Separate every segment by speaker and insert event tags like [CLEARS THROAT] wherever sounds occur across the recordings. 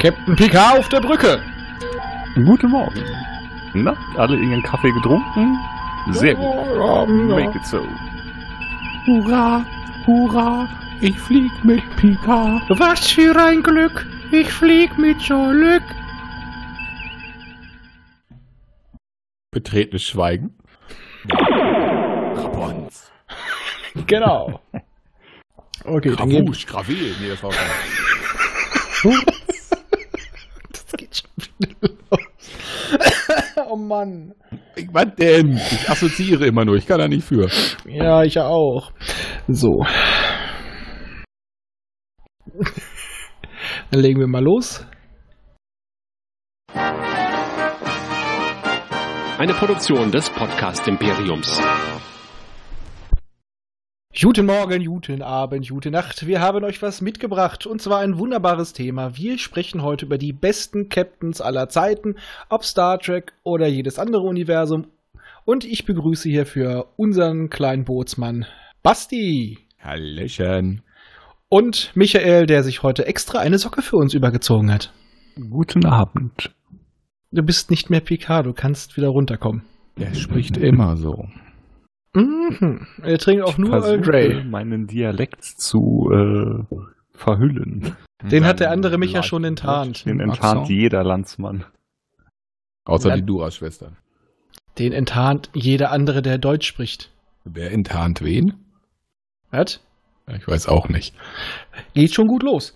Speaker 1: Captain Picard auf der Brücke.
Speaker 2: Guten Morgen. Na, alle irgendeinen Kaffee getrunken? Sehr gut. Make it so.
Speaker 3: Hurra, hurra, ich flieg mit Picard.
Speaker 1: Was für ein Glück. Ich flieg mit Jean-Luc.
Speaker 3: Betretenes Schweigen. Rabons.
Speaker 1: Genau. [LAUGHS] Okay, dann gehen
Speaker 3: Krabusch, Gravel. Nee, das war kein.
Speaker 1: Oh Mann.
Speaker 3: Ich war dämlich. Ich assoziiere immer nur. Ich kann da nicht für.
Speaker 1: Ja, ich ja auch. [LAUGHS] So. Dann legen wir mal los.
Speaker 4: Eine Produktion des Podcast Imperiums.
Speaker 1: Guten Morgen, guten Abend, gute Nacht. Wir haben euch was mitgebracht und zwar ein wunderbares Thema. Wir sprechen heute über die besten Captains aller Zeiten, ob Star Trek oder jedes andere Universum. Und ich begrüße hierfür unseren kleinen Bootsmann Basti
Speaker 3: Hallöchen.
Speaker 1: und Michael, der sich heute extra eine Socke für uns übergezogen hat.
Speaker 2: Guten Abend.
Speaker 1: Du bist nicht mehr Picard, du kannst wieder runterkommen.
Speaker 3: Der spricht immer so.
Speaker 1: Mhm. Er trinkt auch nur Earl
Speaker 2: Versuche,
Speaker 1: Grey.
Speaker 2: meinen Dialekt zu äh, verhüllen.
Speaker 1: Den hat der andere Micha
Speaker 3: Leid-
Speaker 1: schon enttarnt.
Speaker 2: Den
Speaker 3: Ach
Speaker 2: enttarnt
Speaker 3: so.
Speaker 2: jeder Landsmann.
Speaker 3: Außer
Speaker 1: Ja.
Speaker 3: die Dura-Schwestern.
Speaker 1: Den enttarnt jeder andere, der Deutsch spricht.
Speaker 3: Wer enttarnt wen?
Speaker 1: Was?
Speaker 3: Ich weiß auch nicht.
Speaker 1: geht schon gut los.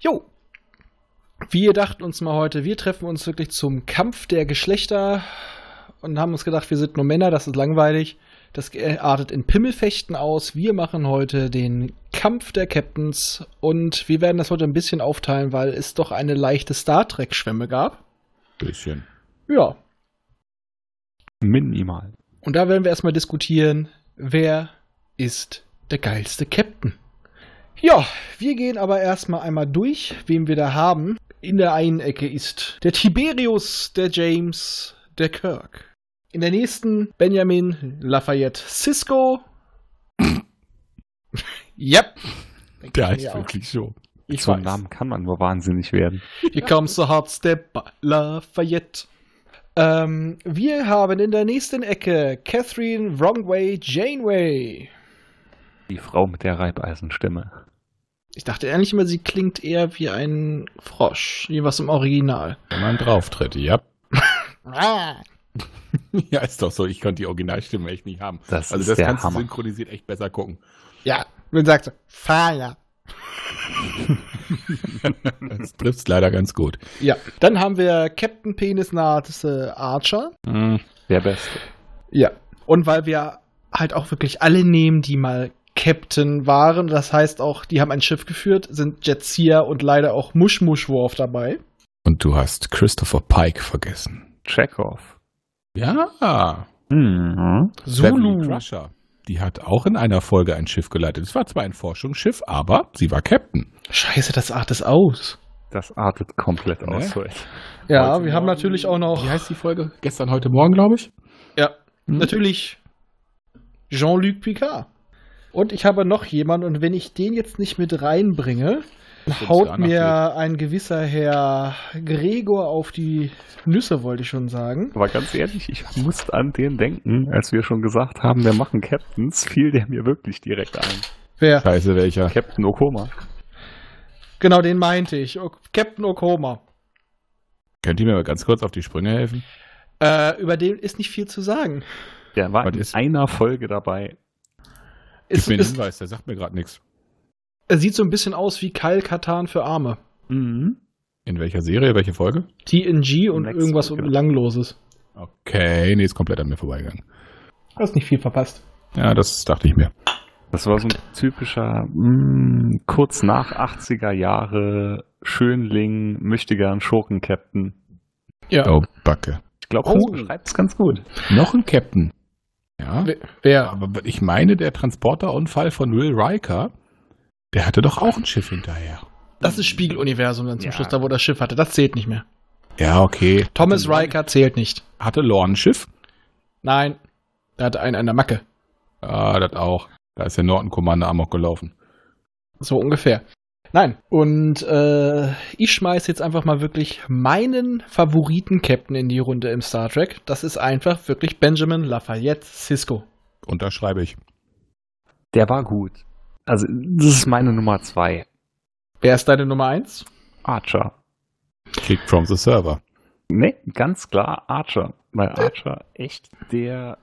Speaker 1: Jo. Wir dachten uns mal heute, wir treffen uns wirklich zum Kampf der Geschlechter und haben uns gedacht, wir sind nur Männer, das ist langweilig. Das ge- artet in Pimmelfechten aus. Wir machen heute den Kampf der Captains und wir werden das heute ein bisschen aufteilen, weil es doch eine leichte Star Trek-Schwemme gab.
Speaker 3: Bisschen.
Speaker 1: Ja.
Speaker 2: Minimal.
Speaker 1: Und da werden wir erstmal diskutieren, wer ist der geilste Captain? Ja, wir gehen aber erstmal einmal durch, wen wir da haben. In der einen Ecke ist der Tiberius, der James, der Kirk. In der nächsten Benjamin Lafayette
Speaker 3: [LAUGHS]
Speaker 1: Cisco. yep.
Speaker 3: Der heißt
Speaker 1: Ja.
Speaker 3: wirklich so.
Speaker 1: Ich
Speaker 2: so
Speaker 1: weiß.
Speaker 2: einen Namen kann man nur wahnsinnig werden.
Speaker 1: Here comes the hard step by Lafayette. Ähm, wir haben in der nächsten Ecke Catherine Wrongway Janeway.
Speaker 2: Die Frau mit der Reibeisenstimme.
Speaker 1: Ich dachte eigentlich immer, sie klingt eher wie ein Frosch, wie was im Original.
Speaker 3: Wenn man drauftritt, ja. [LAUGHS] ja, ist doch so. Ich konnte die Originalstimme echt nicht haben.
Speaker 2: Das
Speaker 3: also
Speaker 2: ist
Speaker 3: das
Speaker 2: der
Speaker 3: kannst du
Speaker 2: Hammer.
Speaker 3: synchronisiert echt besser gucken.
Speaker 1: Ja, man sagt so, Fire.
Speaker 3: Das trifft's leider ganz gut.
Speaker 1: Ja, dann haben wir Captain Penisnase Archer.
Speaker 2: Mm, Der Beste.
Speaker 1: Ja. Und weil wir halt auch wirklich alle nehmen, die mal Captain waren, das heißt auch, die haben ein Schiff geführt, sind Jetzia und leider auch Muschmuschwurf dabei.
Speaker 3: Und du hast Christopher Pike vergessen.
Speaker 2: Chekhov.
Speaker 3: Ja.
Speaker 2: Mhm.
Speaker 3: Beverly Crusher. Die hat auch in einer Folge ein Schiff geleitet. Es war zwar ein Forschungsschiff, aber sie war Captain.
Speaker 1: Scheiße, das art es aus.
Speaker 2: Das artet komplett
Speaker 3: Ne?
Speaker 2: aus heute.
Speaker 1: Ja,
Speaker 3: Heute
Speaker 1: wir haben
Speaker 3: Morgen-
Speaker 1: natürlich auch noch.
Speaker 3: Wie heißt die Folge? Gestern, heute Morgen, glaube ich.
Speaker 1: Ja,
Speaker 3: Hm?
Speaker 1: natürlich Jean-Luc Picard. Und ich habe noch jemanden, und wenn ich den jetzt nicht mit reinbringe,
Speaker 3: uns
Speaker 1: haut
Speaker 3: danach
Speaker 1: mir ein gewisser Herr Gregor auf die Nüsse, wollte ich schon sagen.
Speaker 2: Aber ganz ehrlich, ich musste an den denken, als wir schon gesagt haben, wir machen Captains, fiel der mir wirklich direkt ein.
Speaker 1: Wer?
Speaker 3: Scheiße, welcher?
Speaker 2: Captain Okoma.
Speaker 1: Genau, den meinte ich. O Captain Okoma.
Speaker 3: Könnt ihr mir mal ganz kurz auf die Sprünge helfen?
Speaker 1: Äh, über den ist nicht viel zu sagen.
Speaker 2: Der war
Speaker 3: Was
Speaker 2: in
Speaker 3: ist-
Speaker 2: einer Folge dabei.
Speaker 3: Gib
Speaker 1: Es,
Speaker 3: mir einen
Speaker 1: es,
Speaker 3: Hinweis, der sagt mir gerade nichts.
Speaker 1: er sieht so ein bisschen aus wie Kyle Katan für Arme.
Speaker 2: Mhm.
Speaker 3: In welcher Serie, welche Folge?
Speaker 1: TNG und
Speaker 2: Next,
Speaker 1: irgendwas
Speaker 2: genau.
Speaker 1: Langloses.
Speaker 3: Okay, nee, ist komplett an mir vorbeigegangen.
Speaker 1: Hast nicht viel verpasst.
Speaker 3: Ja, das dachte ich mir.
Speaker 2: Das war so ein typischer, mh, kurz nach 80er Jahre, Schönling, möchte gern Schurken-Captain.
Speaker 1: Ja.
Speaker 3: Oh, Backe.
Speaker 2: Ich glaube,
Speaker 1: Oh.
Speaker 2: das beschreibt's ganz gut.
Speaker 3: Noch ein Captain. Ja.
Speaker 1: Wer- Wer?
Speaker 3: Aber ich meine, der Transporterunfall von Will Riker, der hatte doch auch ein Schiff hinterher.
Speaker 1: Das ist Spiegeluniversum dann zum
Speaker 2: Ja.
Speaker 1: Schluss, da wo das Schiff hatte. Das zählt nicht mehr.
Speaker 3: Ja, okay.
Speaker 1: Thomas Riker zählt nicht.
Speaker 3: Hatte Lorne ein Schiff?
Speaker 1: Nein, da hat einen an der Macke.
Speaker 3: Ah, das auch. Da ist der Norton-Kommando amok gelaufen.
Speaker 1: So ungefähr. Nein. Und äh, ich schmeiß jetzt einfach mal wirklich meinen Favoriten-Captain in die Runde im Star Trek. Das ist einfach wirklich Benjamin Lafayette Cisco.
Speaker 3: Unterschreibe ich.
Speaker 2: Der war gut. Also, das ist meine Nummer zwei.
Speaker 1: Wer ist deine Nummer eins?
Speaker 2: Archer.
Speaker 3: Kick from the server.
Speaker 2: Nee, ganz klar Archer. Weil Archer echt der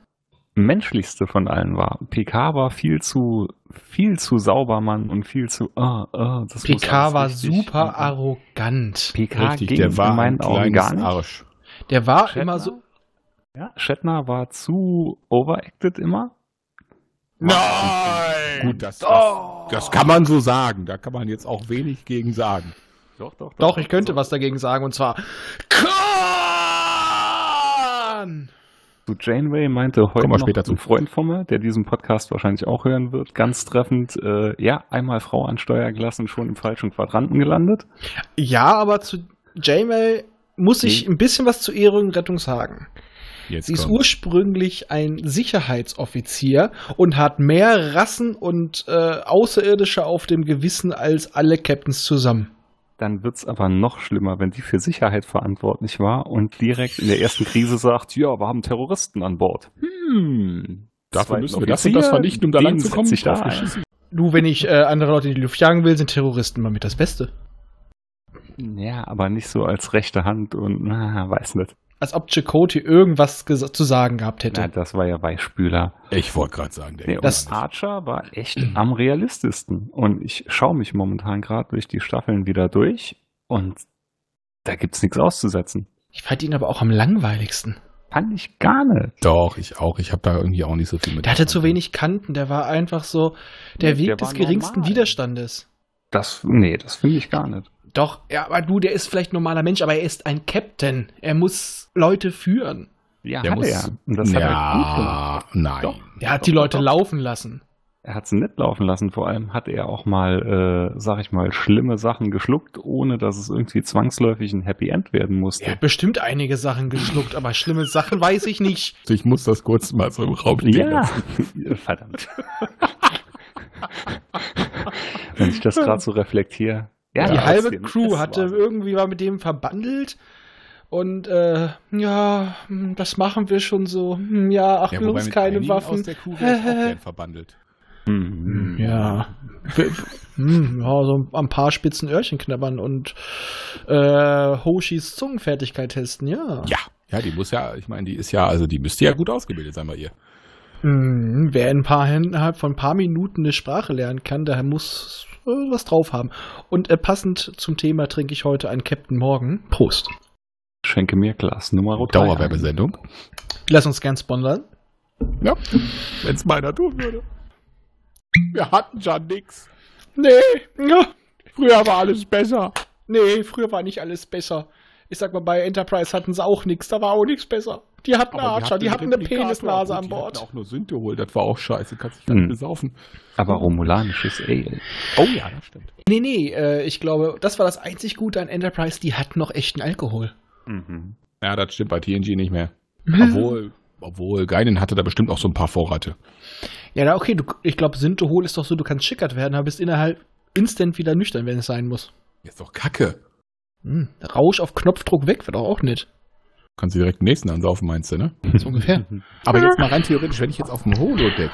Speaker 2: menschlichste von allen war. PK war viel zu, viel zu sauber, Mann, und viel zu, ah, ah, das muss
Speaker 1: PK
Speaker 2: alles
Speaker 1: war
Speaker 2: richtig.
Speaker 1: super arrogant.
Speaker 2: PK
Speaker 3: Richtig,
Speaker 2: ging
Speaker 3: der war
Speaker 2: in meinen
Speaker 3: ein
Speaker 2: Augen
Speaker 3: kleines
Speaker 2: gar nicht.
Speaker 3: Arsch.
Speaker 1: Der war
Speaker 2: Shatner?
Speaker 1: immer so.
Speaker 2: Ja, Ah, Shatner war zu overacted immer.
Speaker 3: Nein! Gut, das, das, das kann man so sagen. Da kann man jetzt auch wenig gegen sagen.
Speaker 2: Doch, doch,
Speaker 1: Doch, ich könnte was dagegen sagen und zwar. Kahn!
Speaker 2: Zu Janeway meinte heute
Speaker 3: Kommen wir
Speaker 2: noch
Speaker 3: später
Speaker 2: ein
Speaker 3: zu.
Speaker 2: Freund von mir, der diesen Podcast wahrscheinlich auch hören wird, ganz treffend, äh, ja, einmal Frau an Steuer gelassen, schon im falschen Quadranten gelandet.
Speaker 1: Ja, aber zu Janeway muss ich
Speaker 2: Nee.
Speaker 1: ein bisschen was zu ihren Rettung sagen.
Speaker 3: Jetzt
Speaker 1: Sie ist
Speaker 3: kommt.
Speaker 1: ursprünglich ein Sicherheitsoffizier und hat mehr Rassen und äh, Außerirdische auf dem Gewissen als alle Captains zusammen.
Speaker 2: Dann wird's aber noch schlimmer, wenn die für Sicherheit verantwortlich war und direkt in der ersten Krise sagt, ja, wir haben Terroristen an Bord. Hm.
Speaker 3: Dafür
Speaker 2: Zweiten
Speaker 3: müssen wir das und das
Speaker 2: Offizier,
Speaker 3: vernichten, um da
Speaker 2: den
Speaker 3: lang zu
Speaker 2: setz
Speaker 3: kommen.
Speaker 2: Ich da
Speaker 3: Drauf
Speaker 2: ein.
Speaker 3: geschissen.
Speaker 1: Du, wenn ich äh, andere Leute in die Luft jagen will, sind Terroristen mal mit das Beste.
Speaker 2: Ja, aber nicht so als rechte Hand und na, weiß nicht.
Speaker 1: Als ob Chakotay irgendwas ges- zu sagen gehabt hätte.
Speaker 2: Na, das war ja Weichspüler.
Speaker 3: ich wollte gerade sagen, der
Speaker 2: Nee,
Speaker 3: geht
Speaker 2: und
Speaker 3: gar nicht.
Speaker 2: Archer war
Speaker 3: [CLEARS THROAT]
Speaker 2: echt am realistischsten. Und ich schaue mich momentan gerade durch die Staffeln wieder durch und da gibt's nichts auszusetzen.
Speaker 1: Ich fand ihn aber auch am langweiligsten.
Speaker 2: Fand ich gar nicht.
Speaker 3: Doch, ich auch. Ich habe da irgendwie auch nicht so viel mit.
Speaker 1: Der hatte zu wenig Kanten, der war einfach so der
Speaker 2: Nee,
Speaker 1: Weg
Speaker 2: der
Speaker 1: des
Speaker 2: war
Speaker 1: geringsten
Speaker 2: normal.
Speaker 1: Widerstandes.
Speaker 2: Das, nee, das finde ich gar nicht.
Speaker 1: Doch, ja, aber du, der ist vielleicht ein normaler Mensch, aber er ist ein Captain. Er muss Leute führen.
Speaker 2: Ja,
Speaker 3: Der
Speaker 2: hat
Speaker 3: muss,
Speaker 2: er. Und das
Speaker 3: ja,
Speaker 2: hat er gut gemacht.
Speaker 3: nein.
Speaker 2: Doch.
Speaker 1: Er hat
Speaker 2: Doch,
Speaker 1: die
Speaker 2: doch,
Speaker 1: Leute
Speaker 2: doch.
Speaker 1: laufen lassen.
Speaker 2: Er hat sie nicht laufen lassen. Vor allem hat er auch mal, äh, sag ich mal, schlimme Sachen geschluckt, ohne dass es irgendwie zwangsläufig ein Happy End
Speaker 1: Er
Speaker 2: werden
Speaker 1: hat
Speaker 2: musste.
Speaker 1: bestimmt einige Sachen geschluckt, aber schlimme Sachen weiß ich nicht.
Speaker 3: Ich muss das kurz mal so im Raum stehen lassen.
Speaker 2: [LAUGHS] verdammt. Wenn ich das gerade so reflektiere.
Speaker 1: die
Speaker 2: trotzdem,
Speaker 1: halbe
Speaker 2: es
Speaker 1: Crew hatte
Speaker 2: war-
Speaker 1: irgendwie war mit dem verbandelt. Und äh, ja, hm, das machen wir schon so. Hm, Ja, ach,
Speaker 3: Ja, wobei
Speaker 1: bloß
Speaker 3: mit
Speaker 1: keine
Speaker 3: einigen Aus
Speaker 1: Waffen.
Speaker 3: der Crew wäre ich auch gern verbandelt.
Speaker 1: Mhm.
Speaker 2: Hm,
Speaker 1: Ja. Hm, ja, so ein paar spitzen Öhrchen knabbern und äh, Hoshis Zungenfertigkeit testen, ja.
Speaker 3: Ja. Ja, die muss ja, ich meine, die ist ja, also die müsste ja gut ausgebildet sein bei ihr.
Speaker 1: Hm, wer in ein paar, innerhalb von ein paar Minuten eine Sprache lernen kann, der muss äh, was drauf haben. Und äh, passend zum Thema trinke ich heute einen Captain Morgan. Prost.
Speaker 2: Schenke mir Glas Nummer drei ein.
Speaker 3: Dauerwerbesendung.
Speaker 1: Lass uns gern sponsern.
Speaker 3: Ja, wenn es meiner tun würde. Wir hatten ja nix.
Speaker 1: Nee, ja,
Speaker 3: Früher war alles besser.
Speaker 1: nee, früher war nicht alles besser. Ich sag mal, bei Enterprise hatten sie auch nichts, da war auch nichts besser. Die hatten
Speaker 3: Aber
Speaker 1: Archer, die hatten
Speaker 3: den
Speaker 1: eine
Speaker 3: Replikator.
Speaker 1: Penisnase
Speaker 3: Gut,
Speaker 1: an Bord.
Speaker 3: Die hatten auch nur Syntehol, das war auch scheiße. Kannst dich
Speaker 2: Hm.
Speaker 3: gar nicht besaufen.
Speaker 2: Aber romulanisches Ale.
Speaker 3: Oh ja, das stimmt.
Speaker 1: Nee, nee, äh, ich glaube, das war das einzig Gute an Enterprise, die hatten noch echten Alkohol.
Speaker 2: Mhm.
Speaker 3: Ja, das stimmt bei TNG nicht [LAUGHS] mehr. Obwohl, obwohl Geinen hatte da bestimmt auch so ein paar Vorräte.
Speaker 1: Ja, na, okay, du, ich glaube, Sintohol ist doch so, du kannst schickert werden, aber bist innerhalb instant wieder nüchtern, wenn es sein muss.
Speaker 3: Ist doch kacke.
Speaker 1: Hm, Rausch auf Knopfdruck weg, wird doch auch nicht.
Speaker 3: Kannst du direkt den nächsten ansaufen, meinst [LAUGHS] du, ne?
Speaker 1: So ungefähr.
Speaker 3: Aber jetzt mal rein theoretisch, wenn ich jetzt auf dem Holodeck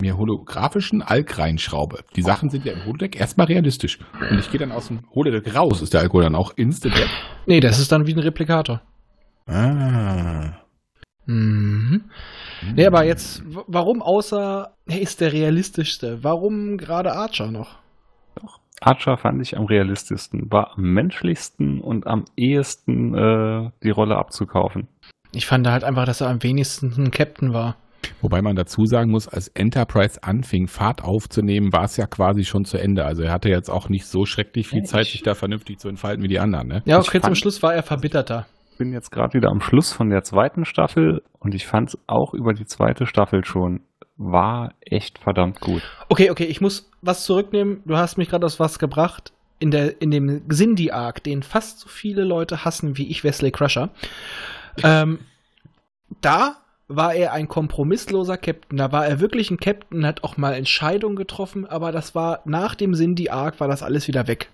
Speaker 3: mir holographischen Alk reinschraube, die Sachen sind ja im Holodeck erstmal realistisch. Und ich gehe dann aus dem Holodeck raus, ist der Alkohol dann auch instant weg?
Speaker 1: Nee, das ist dann wie ein Replikator.
Speaker 3: Ah.
Speaker 1: Mhm. Nee, aber jetzt, w- warum außer, er ist der realistischste? Warum gerade Archer noch?
Speaker 2: Archer fand ich am realistischsten, war am menschlichsten und am ehesten äh, die Rolle abzukaufen.
Speaker 1: Ich fand halt einfach, dass er am wenigsten ein Captain war.
Speaker 3: Wobei man dazu sagen muss, als Enterprise anfing, Fahrt aufzunehmen, war es ja quasi schon zu Ende. Also er hatte jetzt auch nicht so schrecklich viel
Speaker 2: Ja,
Speaker 3: Zeit,
Speaker 2: ich-
Speaker 3: sich da vernünftig zu entfalten wie die anderen, ne?
Speaker 1: Ja,
Speaker 2: Ich
Speaker 1: okay, zum
Speaker 2: fand-
Speaker 1: Schluss war er verbitterter.
Speaker 2: bin jetzt gerade wieder am Schluss von der zweiten Staffel und ich fand es auch über die zweite Staffel schon war echt verdammt gut.
Speaker 1: Okay, okay, ich muss was zurücknehmen. Du hast mich gerade aus was gebracht. In, der, in dem Cindy-Arc, den fast so viele Leute hassen wie ich Wesley Crusher. Ähm, da war er ein kompromissloser Captain. Da war er wirklich ein Captain, hat auch mal Entscheidungen getroffen, aber das war nach dem Sinn, die Arc, war das alles wieder weg.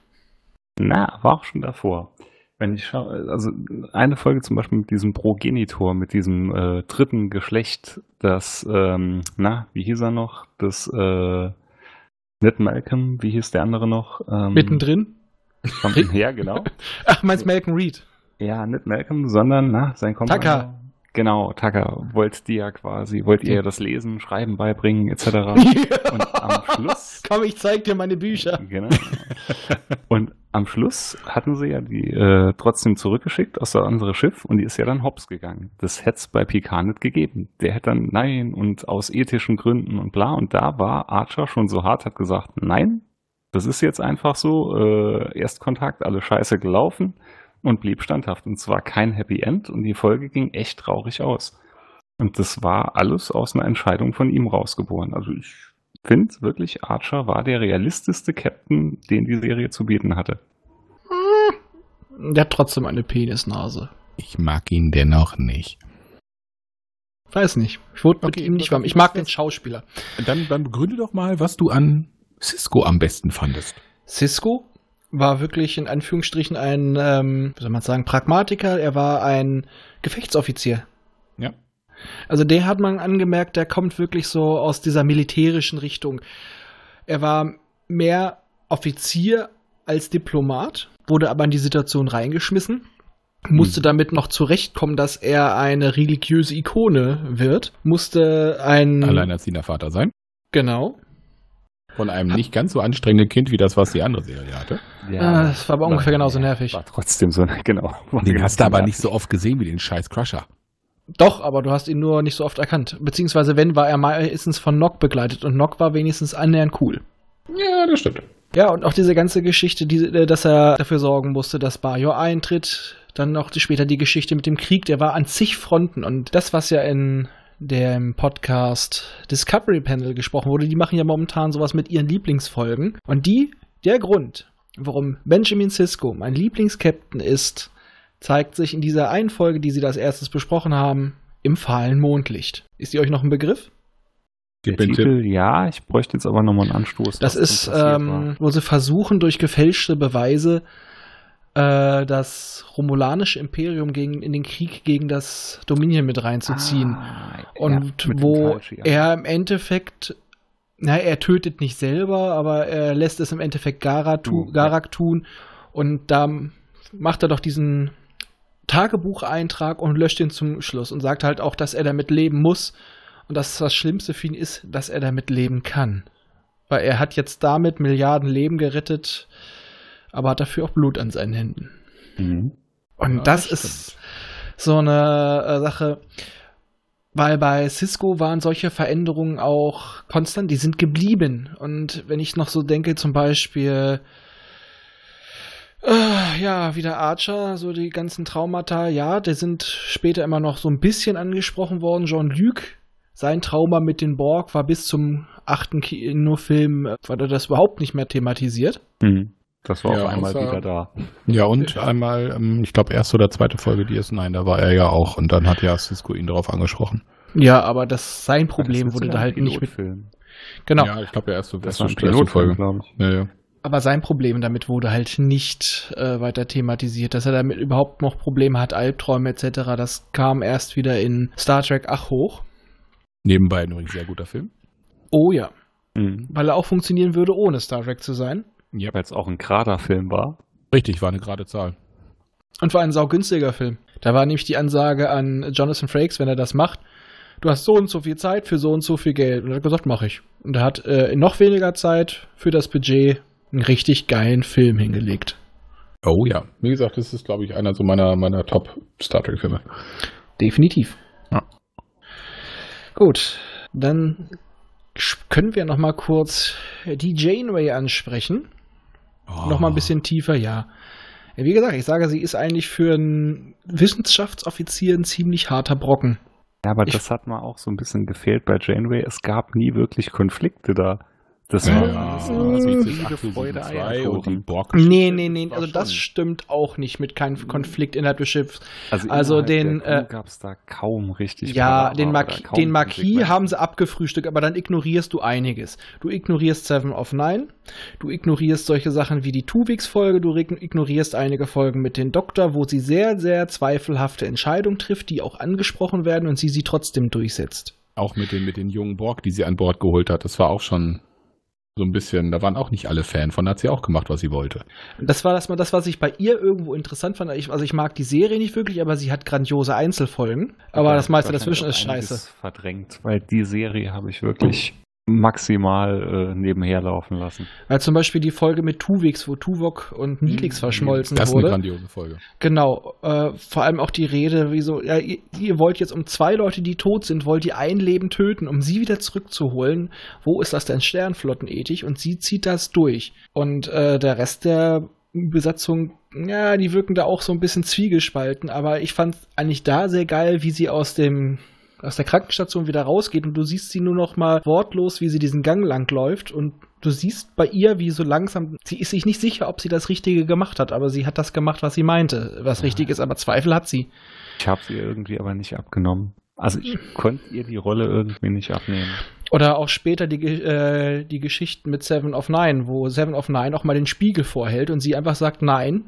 Speaker 2: Na, war auch schon davor. Wenn ich schaue, also eine Folge zum Beispiel mit diesem Progenitor, mit diesem äh, dritten Geschlecht, das, ähm, na, wie hieß er noch? Das, äh, nicht Malcolm, wie hieß der andere noch?
Speaker 1: Mhm.
Speaker 2: Ähm,
Speaker 1: Mittendrin.
Speaker 2: Von, [LAUGHS] ja, genau.
Speaker 1: Ach, meinst Malcolm Reed?
Speaker 2: Ja, nicht Malcolm, sondern, na, sein Kompagnon.
Speaker 1: Tucker.
Speaker 2: Genau, Tucker. Wollt ihr ja quasi, wollt ihr ja das Lesen, Schreiben beibringen,
Speaker 1: [LAUGHS]
Speaker 2: etc. Und am Schluss
Speaker 1: Komm, ich zeig dir meine Bücher.
Speaker 2: [LAUGHS] Genau. Und am Schluss hatten sie ja die äh, trotzdem zurückgeschickt aus das andere Schiff und die ist ja dann hops gegangen. Das hätte es bei Picard nicht gegeben. Der hätte dann nein und aus ethischen Gründen und bla. Und da war Archer schon so hart, hat gesagt, nein, das ist jetzt einfach so. Äh, Erstkontakt, alle scheiße gelaufen und blieb standhaft. Und es war kein Happy End und die Folge ging echt traurig aus. Und das war alles aus einer Entscheidung von ihm rausgeboren. Also ich finde wirklich, Archer war der realistischste Captain, den die Serie zu bieten hatte.
Speaker 1: Der hat trotzdem eine Penisnase.
Speaker 3: Ich mag ihn dennoch nicht.
Speaker 1: Weiß nicht. Ich wurde mit
Speaker 3: Okay,
Speaker 1: ihm nicht warm. Ich mag den Schauspieler.
Speaker 3: Dann, dann begründe doch mal, was du an Cisco am besten fandest.
Speaker 1: Cisco war wirklich in Anführungsstrichen ein, ähm, wie soll man sagen, Pragmatiker. Er war ein Gefechtsoffizier.
Speaker 3: Ja.
Speaker 1: Also der hat man angemerkt, der kommt wirklich so aus dieser militärischen Richtung. Er war mehr Offizier als Diplomat, wurde aber in die Situation reingeschmissen, musste damit noch zurechtkommen, dass er eine religiöse Ikone wird, musste ein
Speaker 3: Mhm. Alleinerziehender Vater sein.
Speaker 1: genau
Speaker 3: Von einem nicht ganz so anstrengenden Kind wie das, was die andere Serie hatte.
Speaker 1: Ah, das war aber ungefähr genauso nervig.
Speaker 2: War trotzdem so, [LAUGHS] genau.
Speaker 3: Den hast du aber nicht so oft gesehen wie den scheiß Crusher.
Speaker 1: Doch, aber du hast ihn nur nicht so oft erkannt. Beziehungsweise, wenn, war er meistens von Nock begleitet und Nock war wenigstens annähernd cool.
Speaker 3: Ja, das stimmt.
Speaker 1: Ja, und auch diese ganze Geschichte, die, äh, dass er dafür sorgen musste, dass Bajor eintritt. Dann noch die- später die Geschichte mit dem Krieg, der war an zig Fronten. Und das, was ja in dem Podcast Discovery Panel gesprochen wurde, die machen ja momentan sowas mit ihren Lieblingsfolgen. Und die, der Grund, warum Benjamin Sisko mein Lieblingskapitän ist, zeigt sich in dieser einen Folge, die sie das erstes besprochen haben, im fahlen Mondlicht. Ist die euch noch ein Begriff?
Speaker 2: Der Titel, ja, ich bräuchte jetzt aber nochmal einen Anstoß.
Speaker 1: Das
Speaker 2: was
Speaker 1: ist,
Speaker 2: so passiert
Speaker 1: ähm, wo sie versuchen, durch gefälschte Beweise äh, das romulanische Imperium gegen, in den Krieg gegen das Dominion mit
Speaker 2: war.
Speaker 1: reinzuziehen.
Speaker 2: Ah, ja,
Speaker 1: Und
Speaker 2: mit dem
Speaker 1: wo
Speaker 2: Falschi, ja.
Speaker 1: er im Endeffekt, na, er tötet nicht selber, aber er lässt es im Endeffekt Garak, tu,
Speaker 2: Du, ja.
Speaker 1: Garak tun. Und da macht er doch diesen Tagebucheintrag und löscht ihn zum Schluss und sagt halt auch, dass er damit leben muss und dass das Schlimmste für ihn ist, dass er damit leben kann. Weil er hat jetzt damit Milliarden Leben gerettet, aber hat dafür auch Blut an seinen Händen.
Speaker 2: Mhm.
Speaker 1: Und
Speaker 3: Ja,
Speaker 1: das,
Speaker 3: das
Speaker 1: ist so eine äh, Sache, weil bei Cisco waren solche Veränderungen auch konstant, die sind geblieben. Und wenn ich noch so denke, zum Beispiel, äh, ja, wieder Archer, so die ganzen Traumata, ja, die sind später immer noch so ein bisschen angesprochen worden. Jean-Luc, sein Trauma mit den Borg war bis zum achten Kinofilm, äh, wurde das überhaupt nicht mehr thematisiert.
Speaker 2: Mhm. Das war
Speaker 3: Ja,
Speaker 2: auf einmal
Speaker 3: außer-
Speaker 2: wieder da.
Speaker 3: Ja, und einmal, ähm, ich glaube, erste oder zweite Folge DS9, da war er ja auch. Und dann hat ja Cisco ihn darauf angesprochen.
Speaker 1: Ja, aber das sein Problem
Speaker 2: Das ist
Speaker 1: wurde
Speaker 2: ja
Speaker 1: da
Speaker 2: ein
Speaker 1: halt nicht mit.
Speaker 2: Pilotfilm.
Speaker 1: Genau.
Speaker 3: Ja, ich glaube, der erste,
Speaker 2: Das
Speaker 3: erste-
Speaker 2: war ein
Speaker 3: erste
Speaker 2: Pilotfilm, glaube ich.
Speaker 3: Ja, ja.
Speaker 1: Aber sein Problem damit wurde halt nicht äh, weiter thematisiert, dass er damit überhaupt noch Probleme hat, Albträume etc. Das kam erst wieder in Star Trek Ach hoch.
Speaker 3: Nebenbei ein übrigens sehr guter Film.
Speaker 1: Oh ja,
Speaker 2: Mhm.
Speaker 1: weil er auch funktionieren würde, ohne Star Trek zu sein.
Speaker 3: Ja,
Speaker 2: Weil es auch ein gerader Film war.
Speaker 3: richtig, war eine gerade Zahl.
Speaker 1: Und war ein saugünstiger Film. Da war nämlich die Ansage an Jonathan Frakes, wenn er das macht, du hast so und so viel Zeit für so und so viel Geld. Und er hat gesagt, mache ich. Und er hat äh, in noch weniger Zeit für das Budget einen richtig geilen Film hingelegt.
Speaker 3: Oh ja. Wie gesagt, das ist, glaube ich, einer so meiner, meiner Top-Star Trek-Filme.
Speaker 1: Definitiv.
Speaker 3: Ja.
Speaker 1: Gut, dann sch- können wir noch mal kurz die Janeway ansprechen.
Speaker 3: Oh.
Speaker 1: Noch mal ein bisschen tiefer, ja. Wie gesagt, ich sage, sie ist eigentlich für einen Wissenschaftsoffizier ein ziemlich harter Brocken.
Speaker 2: Ja, aber
Speaker 1: Ich-
Speaker 2: das hat mir auch so ein bisschen gefehlt bei Janeway. Es gab nie wirklich Konflikte da. Das
Speaker 3: Ja,
Speaker 2: war
Speaker 3: ja. Also
Speaker 2: alles nur so Friede,
Speaker 3: Freude,
Speaker 2: Freude,
Speaker 3: und die
Speaker 2: Eierkuchen.
Speaker 3: Borken.
Speaker 1: Nee, nee, nee.
Speaker 3: war
Speaker 1: Also das
Speaker 3: schon- Mhm.
Speaker 1: stimmt auch nicht mit keinem Konflikt innerhalb des Schiffs.
Speaker 2: Also,
Speaker 1: Also den, äh,
Speaker 2: gab es da kaum richtig.
Speaker 1: ja,
Speaker 2: Palaver
Speaker 1: den,
Speaker 2: oder
Speaker 1: Marquis,
Speaker 2: kaum
Speaker 1: den Marquis
Speaker 2: Konsequenzen.
Speaker 1: haben sie abgefrühstückt, aber dann ignorierst du einiges. Du ignorierst Seven of Nine, du ignorierst solche Sachen wie die Two-Weeks-Folge, du ign- ignorierst einige Folgen mit den Doktor, wo sie sehr, sehr zweifelhafte Entscheidungen trifft, die auch angesprochen werden und sie sie trotzdem durchsetzt.
Speaker 3: Auch mit den, mit den jungen Borg, die sie an Bord geholt hat. Das war auch schon so ein bisschen, da waren auch nicht alle Fan von. Da hat sie auch gemacht, was sie wollte.
Speaker 1: Das war das mal das, was ich bei ihr irgendwo interessant fand. Ich, also ich mag die Serie nicht wirklich, aber sie hat grandiose Einzelfolgen. Aber
Speaker 2: Ja,
Speaker 1: das meiste
Speaker 2: wahrscheinlich
Speaker 1: dazwischen ist
Speaker 2: auch einiges
Speaker 1: scheiße.
Speaker 2: verdrängt, weil die Serie habe ich wirklich maximal äh, nebenher laufen lassen.
Speaker 1: Weil zum Beispiel die Folge mit Tuvix, wo Tuvok und
Speaker 2: Hm,
Speaker 1: Nilix verschmolzen
Speaker 3: Das ist eine
Speaker 1: wurde.
Speaker 3: grandiose Folge.
Speaker 1: Genau. Äh, vor allem auch die Rede, wieso, ja, ihr, ihr wollt jetzt um zwei Leute, die tot sind, wollt ihr ein Leben töten, um sie wieder zurückzuholen. Wo ist das denn Sternflottenethik? Und sie zieht das durch. Und äh, der Rest der Besatzung, ja, die wirken da auch so ein bisschen zwiegespalten, aber ich fand eigentlich da sehr geil, wie sie aus dem aus der Krankenstation wieder rausgeht und du siehst sie nur noch mal wortlos, wie sie diesen Gang lang läuft und du siehst bei ihr, wie so langsam, sie ist sich nicht sicher, ob sie das Richtige gemacht hat, aber sie hat das gemacht, was sie meinte, was richtig ist, aber Zweifel hat sie.
Speaker 2: Ich habe sie irgendwie aber nicht abgenommen. Also ich konnte ihr die Rolle irgendwie nicht abnehmen.
Speaker 1: Oder auch später die, Ge- äh, die Geschichten mit Seven of Nine, wo Seven of Nine auch mal den Spiegel vorhält und sie einfach sagt, nein,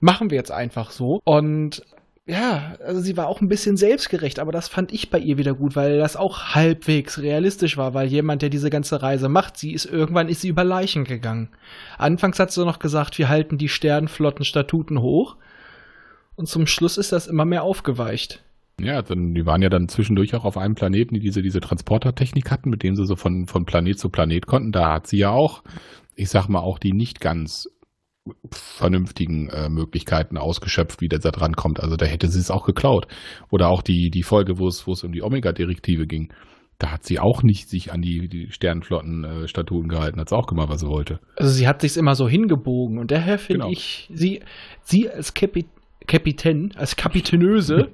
Speaker 1: machen wir jetzt einfach so. Und ja, also sie war auch ein bisschen selbstgerecht, aber das fand ich bei ihr wieder gut, weil das auch halbwegs realistisch war, weil jemand, der diese ganze Reise macht, sie ist irgendwann ist sie über Leichen gegangen. Anfangs hat sie noch gesagt, wir halten die Sternflottenstatuten hoch. Und zum Schluss ist das immer mehr aufgeweicht.
Speaker 3: Ja, dann, die waren ja dann zwischendurch auch auf einem Planeten, die diese, diese Transportertechnik hatten, mit dem sie so von, von Planet zu Planet konnten. Da hat sie ja auch, ich sag mal, auch die nicht ganz vernünftigen äh, Möglichkeiten ausgeschöpft, wie der da dran kommt. Also da hätte sie es auch geklaut. Oder auch die, die Folge, wo es, wo es um die Omega-Direktive ging. Da hat sie auch nicht sich an die, die Sternenflotten-Statuten gehalten, hat es auch gemacht, was sie wollte.
Speaker 1: Also sie hat sich's immer so hingebogen und daher finde
Speaker 3: Genau.
Speaker 1: ich sie sie als Kapi Kapitän, als
Speaker 3: [LAUGHS]
Speaker 1: Kapitänöse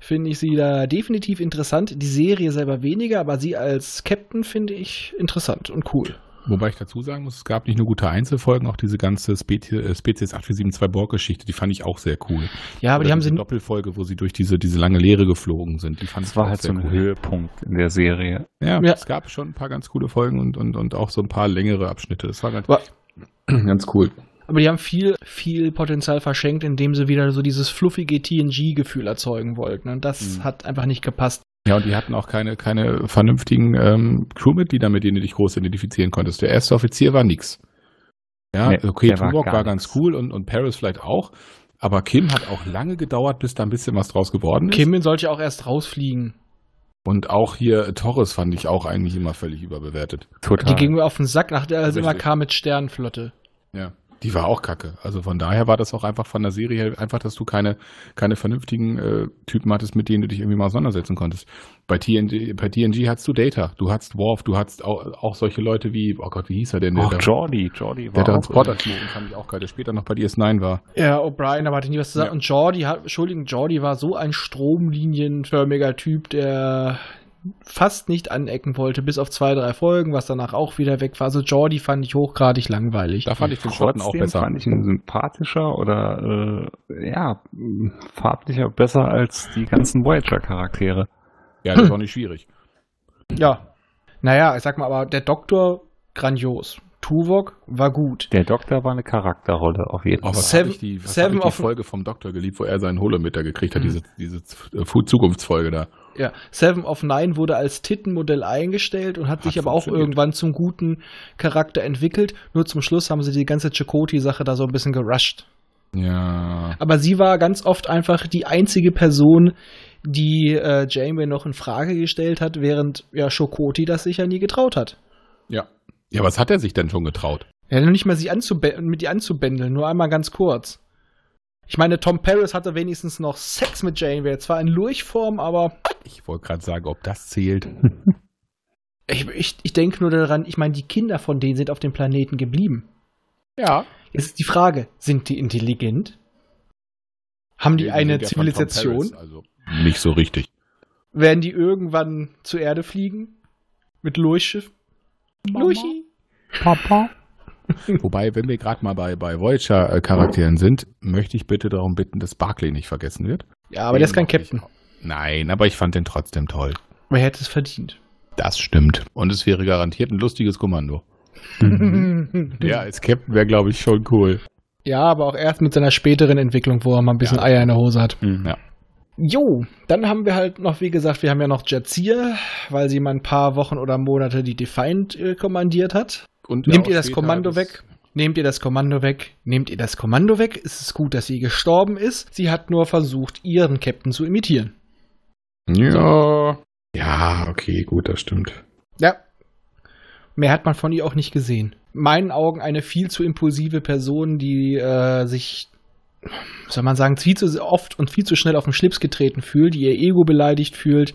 Speaker 1: finde ich sie da definitiv interessant. Die Serie selber weniger, aber sie als Captain finde ich interessant und cool.
Speaker 3: Wobei ich dazu sagen muss, es gab nicht nur gute Einzelfolgen, auch diese ganze Spezies, äh, Spezies 8472 Borg-Geschichte, die fand ich auch sehr cool.
Speaker 1: Ja, aber
Speaker 3: Oder
Speaker 1: die haben
Speaker 3: diese
Speaker 1: sie
Speaker 3: Doppelfolge, wo sie durch diese, diese lange Leere geflogen sind. Die fand
Speaker 2: Das
Speaker 3: ich
Speaker 2: war
Speaker 3: auch
Speaker 2: halt so
Speaker 3: sehr
Speaker 2: ein
Speaker 3: cool.
Speaker 2: Höhepunkt in der Serie.
Speaker 3: Ja,
Speaker 1: Ja.
Speaker 3: es gab schon ein paar ganz coole Folgen und, und, und auch so ein paar längere Abschnitte. Das war ganz,
Speaker 2: [CLEARS THROAT]
Speaker 1: Wa-
Speaker 3: ganz cool.
Speaker 1: aber die haben viel viel Potenzial verschenkt, indem sie wieder so dieses fluffige TNG Gefühl erzeugen wollten und das
Speaker 2: Mhm.
Speaker 1: hat einfach nicht gepasst.
Speaker 3: Ja, und die hatten auch keine, keine vernünftigen ähm, Crewmitglieder, mit denen du dich groß identifizieren konntest. Der erste Offizier war nix. Ja,
Speaker 2: Nee,
Speaker 3: okay,
Speaker 2: der war
Speaker 3: Tuvok war,
Speaker 2: gar
Speaker 3: ganz
Speaker 2: nix.
Speaker 3: cool und, und Paris vielleicht auch. Aber Kim hat auch lange gedauert, bis da ein bisschen was draus geworden ist.
Speaker 1: Kimmin sollte ja auch erst rausfliegen.
Speaker 3: Und auch hier äh, Torres fand ich auch eigentlich immer völlig überbewertet.
Speaker 2: Total.
Speaker 1: Die ging mir auf den Sack, nachdem er immer
Speaker 3: Richtig.
Speaker 1: kam mit Sternenflotte.
Speaker 3: Ja. Die war auch kacke. Also von daher war das auch einfach von der Serie her einfach, dass du keine, keine vernünftigen äh, Typen hattest, mit denen du dich irgendwie mal auseinandersetzen konntest. Bei TNG, bei TNG hattest du Data, du hattest Worf, du hattest auch, auch solche Leute wie, oh Gott, wie hieß er denn?
Speaker 2: auch
Speaker 3: der,
Speaker 2: Jordi. Jordi
Speaker 3: der
Speaker 2: war
Speaker 3: Transporter
Speaker 2: auch,
Speaker 3: flogen, fand ich auch geil, der später noch bei DS9 war.
Speaker 1: Ja, Äh, O'Brien, aber hatte nie was zu sagen.
Speaker 3: Ja.
Speaker 1: Und Jordi hat, Entschuldigung, Jordi war so ein stromlinienförmiger Typ, der fast nicht anecken wollte, bis auf zwei, drei Folgen, was danach auch wieder weg war. Also Jordi fand ich hochgradig langweilig.
Speaker 3: Da fand ich den Schotten
Speaker 2: Trotzdem
Speaker 3: auch besser.
Speaker 2: fand ich ihn sympathischer oder äh, ja, mh, farblicher besser als die ganzen Voyager-Charaktere.
Speaker 3: Ja, das ist auch nicht schwierig.
Speaker 1: Ja. Naja, ich sag mal, aber der Doktor, grandios. Tuvok war gut.
Speaker 2: Der Doktor war eine Charakterrolle auf jeden
Speaker 3: Aber
Speaker 2: Fall.
Speaker 3: was
Speaker 1: Seven-
Speaker 3: hab ich die, was
Speaker 1: Seven
Speaker 3: hab ich
Speaker 1: of-
Speaker 3: die Folge vom Doktor geliebt, wo er seinen Holometer gekriegt hat,
Speaker 1: Mhm.
Speaker 3: diese, diese Z- äh, Fu- Zukunftsfolge da.
Speaker 1: Ja. Seven of Nine wurde als Tittenmodell eingestellt und hat,
Speaker 3: Hat
Speaker 1: sich aber auch
Speaker 3: funktioniert.
Speaker 1: irgendwann zum guten Charakter entwickelt. Nur zum Schluss haben sie die ganze Chakoti-Sache da so ein bisschen gerusht.
Speaker 3: Ja.
Speaker 1: Aber sie war ganz oft einfach die einzige Person, die äh, Janeway noch in Frage gestellt hat, während ja Shokoti das sich ja nie getraut hat.
Speaker 3: Ja. Ja, was hat er sich denn schon getraut?
Speaker 1: Er hat noch nicht mal sie anzube mit ihr anzubändeln, nur einmal ganz kurz. Ich meine, Tom Paris hatte wenigstens noch Sex mit Janeway, zwar in Lurchform, aber
Speaker 3: Ich wollte gerade sagen, ob das zählt.
Speaker 1: ich, ich, ich denke nur daran, ich meine, die Kinder von denen sind auf dem Planeten geblieben.
Speaker 3: Ja.
Speaker 1: Jetzt ist die Frage, sind die intelligent? Haben die
Speaker 3: Nee,
Speaker 1: eine
Speaker 3: sind ja von Tom
Speaker 1: Zivilisation?
Speaker 3: Paris, also nicht so richtig.
Speaker 1: Werden die irgendwann zur Erde fliegen? Mit Lurchschiff? Lurchi!
Speaker 3: Papa. [LAUGHS] Wobei, wenn wir gerade mal bei, bei Voyager-Charakteren sind, möchte ich bitte darum bitten, dass Barclay nicht vergessen wird.
Speaker 1: Ja, aber der ist kein Captain.
Speaker 3: Nein, aber ich fand den trotzdem toll.
Speaker 1: Aber er hätte es [LAUGHS] verdient.
Speaker 3: Das stimmt. Und es wäre garantiert ein lustiges Kommando. Ja, als Captain wäre, glaube ich, schon cool.
Speaker 1: Ja, aber auch erst mit seiner späteren Entwicklung, wo er mal ein bisschen
Speaker 3: Ja. Hm,
Speaker 1: Eier in der Hose hat.
Speaker 2: Mhm.
Speaker 3: Ja.
Speaker 1: Jo, dann haben wir halt noch, wie gesagt, wir haben ja noch Jazir, weil sie mal ein paar Wochen oder Monate die Defiant äh, kommandiert hat.
Speaker 3: Und
Speaker 1: Nehmt
Speaker 3: auch
Speaker 1: ihr das
Speaker 3: später
Speaker 1: Kommando weg? Nehmt ihr das Kommando weg? Nehmt ihr das Kommando weg? Es ist gut, dass sie gestorben ist. Sie hat nur versucht, ihren Captain zu imitieren.
Speaker 3: Ja. Ja, okay, gut, das stimmt.
Speaker 1: Ja. Mehr hat man von ihr auch nicht gesehen. In meinen Augen eine viel zu impulsive Person, die äh, sich, was soll man sagen, viel zu oft und viel zu schnell auf den Schlips getreten fühlt, die ihr Ego beleidigt fühlt.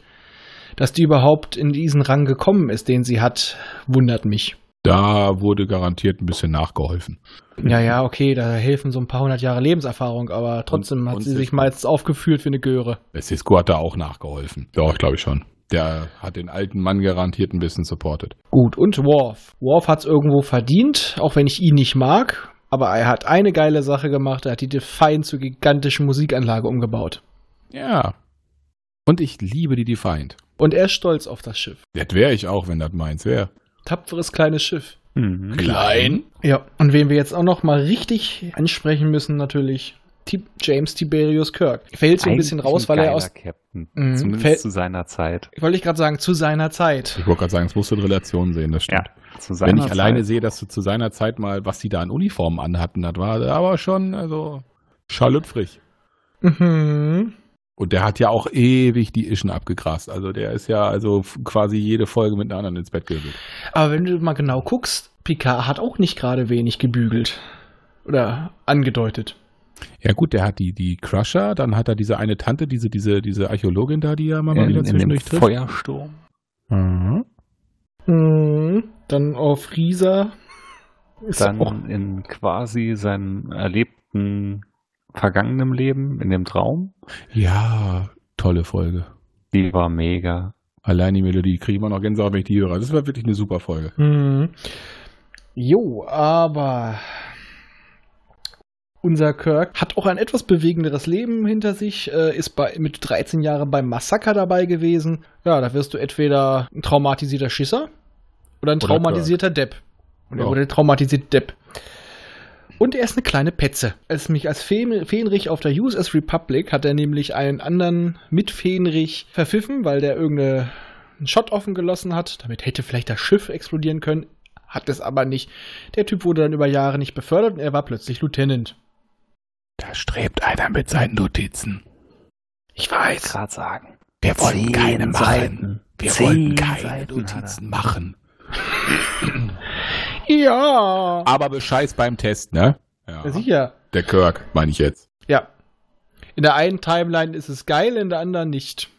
Speaker 1: Dass die überhaupt in diesen Rang gekommen ist, den sie hat, wundert mich.
Speaker 3: Da wurde garantiert ein bisschen nachgeholfen.
Speaker 1: Ja, ja, okay, da helfen so ein paar hundert Jahre Lebenserfahrung, aber trotzdem hat
Speaker 3: und
Speaker 1: sie sich
Speaker 3: Sicht.
Speaker 1: meistens aufgeführt wie eine Göre.
Speaker 3: Cisco hat da auch nachgeholfen. Ja, ich glaube schon. Der hat den alten Mann garantiert ein bisschen supportet.
Speaker 1: Gut, und Worf. Worf hat es irgendwo verdient, auch wenn ich ihn nicht mag. Aber er hat eine geile Sache gemacht. Er hat die Defiant zur gigantischen Musikanlage umgebaut.
Speaker 3: Ja. Und ich liebe die Defiant.
Speaker 1: Und er ist stolz auf das Schiff.
Speaker 3: Das wäre ich auch, wenn das meins wäre.
Speaker 1: Tapferes kleines Schiff.
Speaker 2: Mhm.
Speaker 3: Klein?
Speaker 1: Ja, und wen wir jetzt auch noch mal richtig ansprechen müssen, natürlich Ti- James Tiberius Kirk. Fällt so ein bisschen
Speaker 2: Eigentlich
Speaker 1: raus,
Speaker 2: ein
Speaker 1: weil er
Speaker 2: geiler
Speaker 1: aus...
Speaker 2: Captain.
Speaker 1: Mhm.
Speaker 2: Zumindest
Speaker 1: Fällt-
Speaker 2: zu seiner Zeit.
Speaker 1: Wollte ich gerade sagen, zu seiner Zeit.
Speaker 2: [LAUGHS]
Speaker 3: Ich wollte gerade sagen, es musst du in Relation sehen, das
Speaker 2: Ja,
Speaker 3: stimmt.
Speaker 2: zu
Speaker 3: Wenn ich
Speaker 2: seiner
Speaker 3: alleine
Speaker 2: Zeit.
Speaker 3: sehe, dass du zu seiner Zeit mal, was die da an Uniformen anhatten, das war aber schon, also, schalüpfrig.
Speaker 1: Mhm.
Speaker 3: Und der hat ja auch ewig die Ischen abgegrast. Also der ist ja also f- quasi jede Folge mit einer anderen ins Bett gerückt.
Speaker 1: Aber wenn du mal genau guckst, Picard hat auch nicht gerade wenig gebügelt. Oder angedeutet.
Speaker 3: Ja gut, der hat die, die Crusher, dann hat er diese eine Tante, diese, diese, diese Archäologin da, die ja mal, mal wieder
Speaker 2: in, in dem
Speaker 3: zwischendurch trifft.
Speaker 2: Feuersturm.
Speaker 3: Mhm.
Speaker 1: Mhm. Dann auf Risa. Ist
Speaker 2: Dann
Speaker 1: auch,
Speaker 2: in quasi seinem erlebten vergangenen Leben, in dem Traum.
Speaker 3: Ja, tolle Folge.
Speaker 2: Die war mega.
Speaker 3: Allein die Melodie kriege ich immer noch Gänsehaut, wenn ich die höre. Das war wirklich eine super Folge.
Speaker 1: Mhm. Jo, aber unser Kirk hat auch ein etwas bewegenderes Leben hinter sich, äh, ist bei, mit 13 Jahren beim Massaker dabei gewesen. Ja, da wirst du entweder ein traumatisierter Schisser oder ein
Speaker 3: Oder
Speaker 1: traumatisierter Depp. Und er
Speaker 3: Ja.
Speaker 1: wurde der traumatisierte Depp. Und er ist eine kleine Petze. Als mich als Fe- Fähnrich auf der USS Republic hat er nämlich einen anderen mit Fähnrich verpfiffen, weil der irgendeinen Shot offen gelassen hat. Damit hätte vielleicht das Schiff explodieren können. Hat es aber nicht. Der Typ wurde dann über Jahre nicht befördert und er war plötzlich Lieutenant.
Speaker 3: Da strebt einer mit seinen Notizen. Ich weiß.
Speaker 2: Gerade sagen.
Speaker 3: Wir
Speaker 2: Zehn Seiten. Zehn Seiten
Speaker 3: machen.
Speaker 1: Ja!
Speaker 3: Aber bescheiß beim Test, ne? Ja.
Speaker 1: Sicher.
Speaker 3: Der Kirk, meine ich jetzt.
Speaker 1: Ja. In der einen Timeline ist es geil, in der anderen nicht.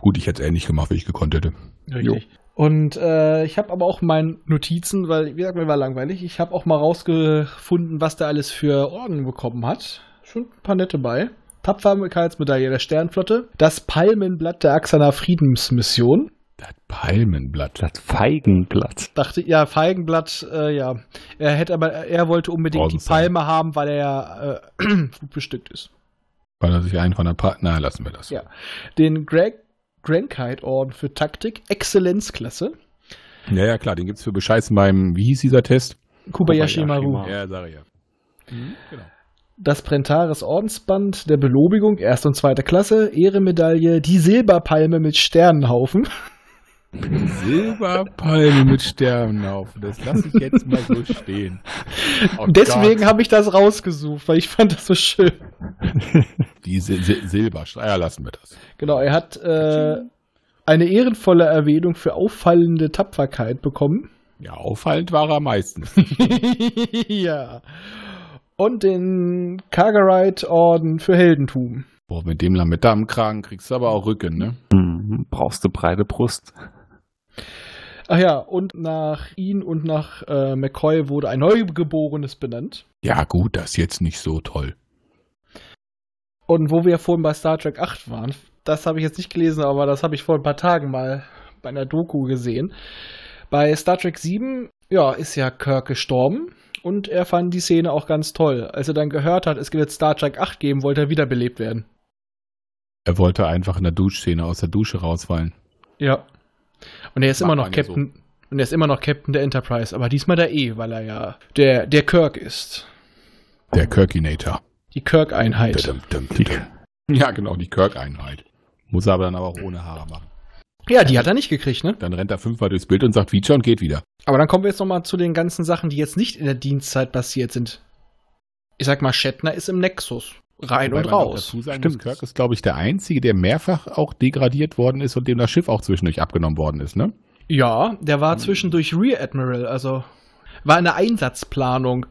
Speaker 3: Gut, ich hätte es ähnlich gemacht, wie ich gekonnt hätte.
Speaker 1: Richtig. Und äh, ich habe aber auch meine Notizen, weil, wie gesagt, mir war langweilig. Ich habe auch mal rausgefunden, was der alles für Orden bekommen hat. Schon ein paar nette bei. Tapferkeitsmedaille der Sternflotte. Das Palmenblatt der Axaner Friedensmission.
Speaker 3: Das Palmenblatt.
Speaker 2: Das Feigenblatt.
Speaker 1: Dachte, ja, Feigenblatt, äh, ja. Er hätte aber, er wollte unbedingt die
Speaker 3: Rosenstein.
Speaker 1: Palme haben, weil er ja äh, [CLEARS THROAT] gut bestückt ist.
Speaker 3: Weil er sich einen von der Partner. Na, lassen wir das.
Speaker 1: Ja. Den Greg Grankite-Orden für Taktik, Exzellenzklasse.
Speaker 3: ja, ja, klar, den gibt's für Bescheißen beim, wie hieß dieser Test?
Speaker 1: Kobayashi
Speaker 2: Kobayashi
Speaker 1: Maru.
Speaker 2: Maru.
Speaker 3: Ja, sag ich ja. Mhm, genau.
Speaker 1: das Prentares Ordensband der Belobigung, erste und zweite Klasse, Ehrenmedaille, die Silberpalme mit Sternenhaufen.
Speaker 3: Silberpalme mit Sternen auf. Das lasse ich jetzt mal so stehen. [LAUGHS] Oh
Speaker 1: Deswegen
Speaker 3: Gott,
Speaker 1: habe ich das rausgesucht, weil ich fand das so schön.
Speaker 3: diese Sil Silberstreifen. Ja, lassen wir das.
Speaker 1: Genau, er hat äh, eine ehrenvolle Erwähnung für auffallende Tapferkeit
Speaker 3: [LAUGHS]
Speaker 1: bekommen.
Speaker 3: Ja, auffallend war er meistens. [LAUGHS]
Speaker 1: ja. Und den Kargarite-Orden für Heldentum.
Speaker 3: Boah, mit dem Lametta am Kragen kriegst du aber auch Rücken, ne?
Speaker 2: Mhm. Brauchst du breite Brust.
Speaker 1: Ach ja, und nach ihn und nach äh, McCoy wurde ein Neugeborenes benannt.
Speaker 3: Ja, gut, das ist jetzt nicht so toll.
Speaker 1: Und wo wir vorhin bei Star Trek 8 waren, das habe ich jetzt nicht gelesen, aber das habe ich vor ein paar Tagen mal bei einer Doku gesehen. Bei Star Trek 7 ja, ist ja Kirk gestorben und er fand die Szene auch ganz toll. Als er dann gehört hat, es wird Star Trek 8 geben, wollte er wiederbelebt werden.
Speaker 3: Er wollte einfach in der Duschszene aus der Dusche rausfallen.
Speaker 1: Ja. Und er ist
Speaker 3: Macht
Speaker 1: immer noch
Speaker 3: man ja so.
Speaker 1: Captain. Und er ist immer noch Captain der Enterprise, aber diesmal der E, weil er ja der, der Kirk ist.
Speaker 3: Der Kirkinator.
Speaker 1: Die Kirk-Einheit.
Speaker 3: Dum, dum, dum, dum. Ja, genau, die Kirk-Einheit. Muss er aber dann aber auch ohne Haare machen.
Speaker 1: Ja, die hat er nicht gekriegt, ne?
Speaker 3: Dann rennt er fünfmal durchs Bild und sagt Feature und geht wieder.
Speaker 1: Aber dann kommen wir jetzt nochmal zu den ganzen Sachen, die jetzt nicht in der Dienstzeit passiert sind. Ich sag mal, Shatner ist im Nexus. Rein
Speaker 3: Wobei
Speaker 1: und
Speaker 3: man auch
Speaker 1: raus.
Speaker 3: Dazu sagen
Speaker 2: Stimmt.
Speaker 3: Muss, Kirk ist, glaube ich, der Einzige, der mehrfach auch degradiert worden ist und dem das Schiff auch zwischendurch abgenommen worden ist, ne?
Speaker 1: Ja, der war zwischendurch Rear Admiral, also war eine Einsatzplanung.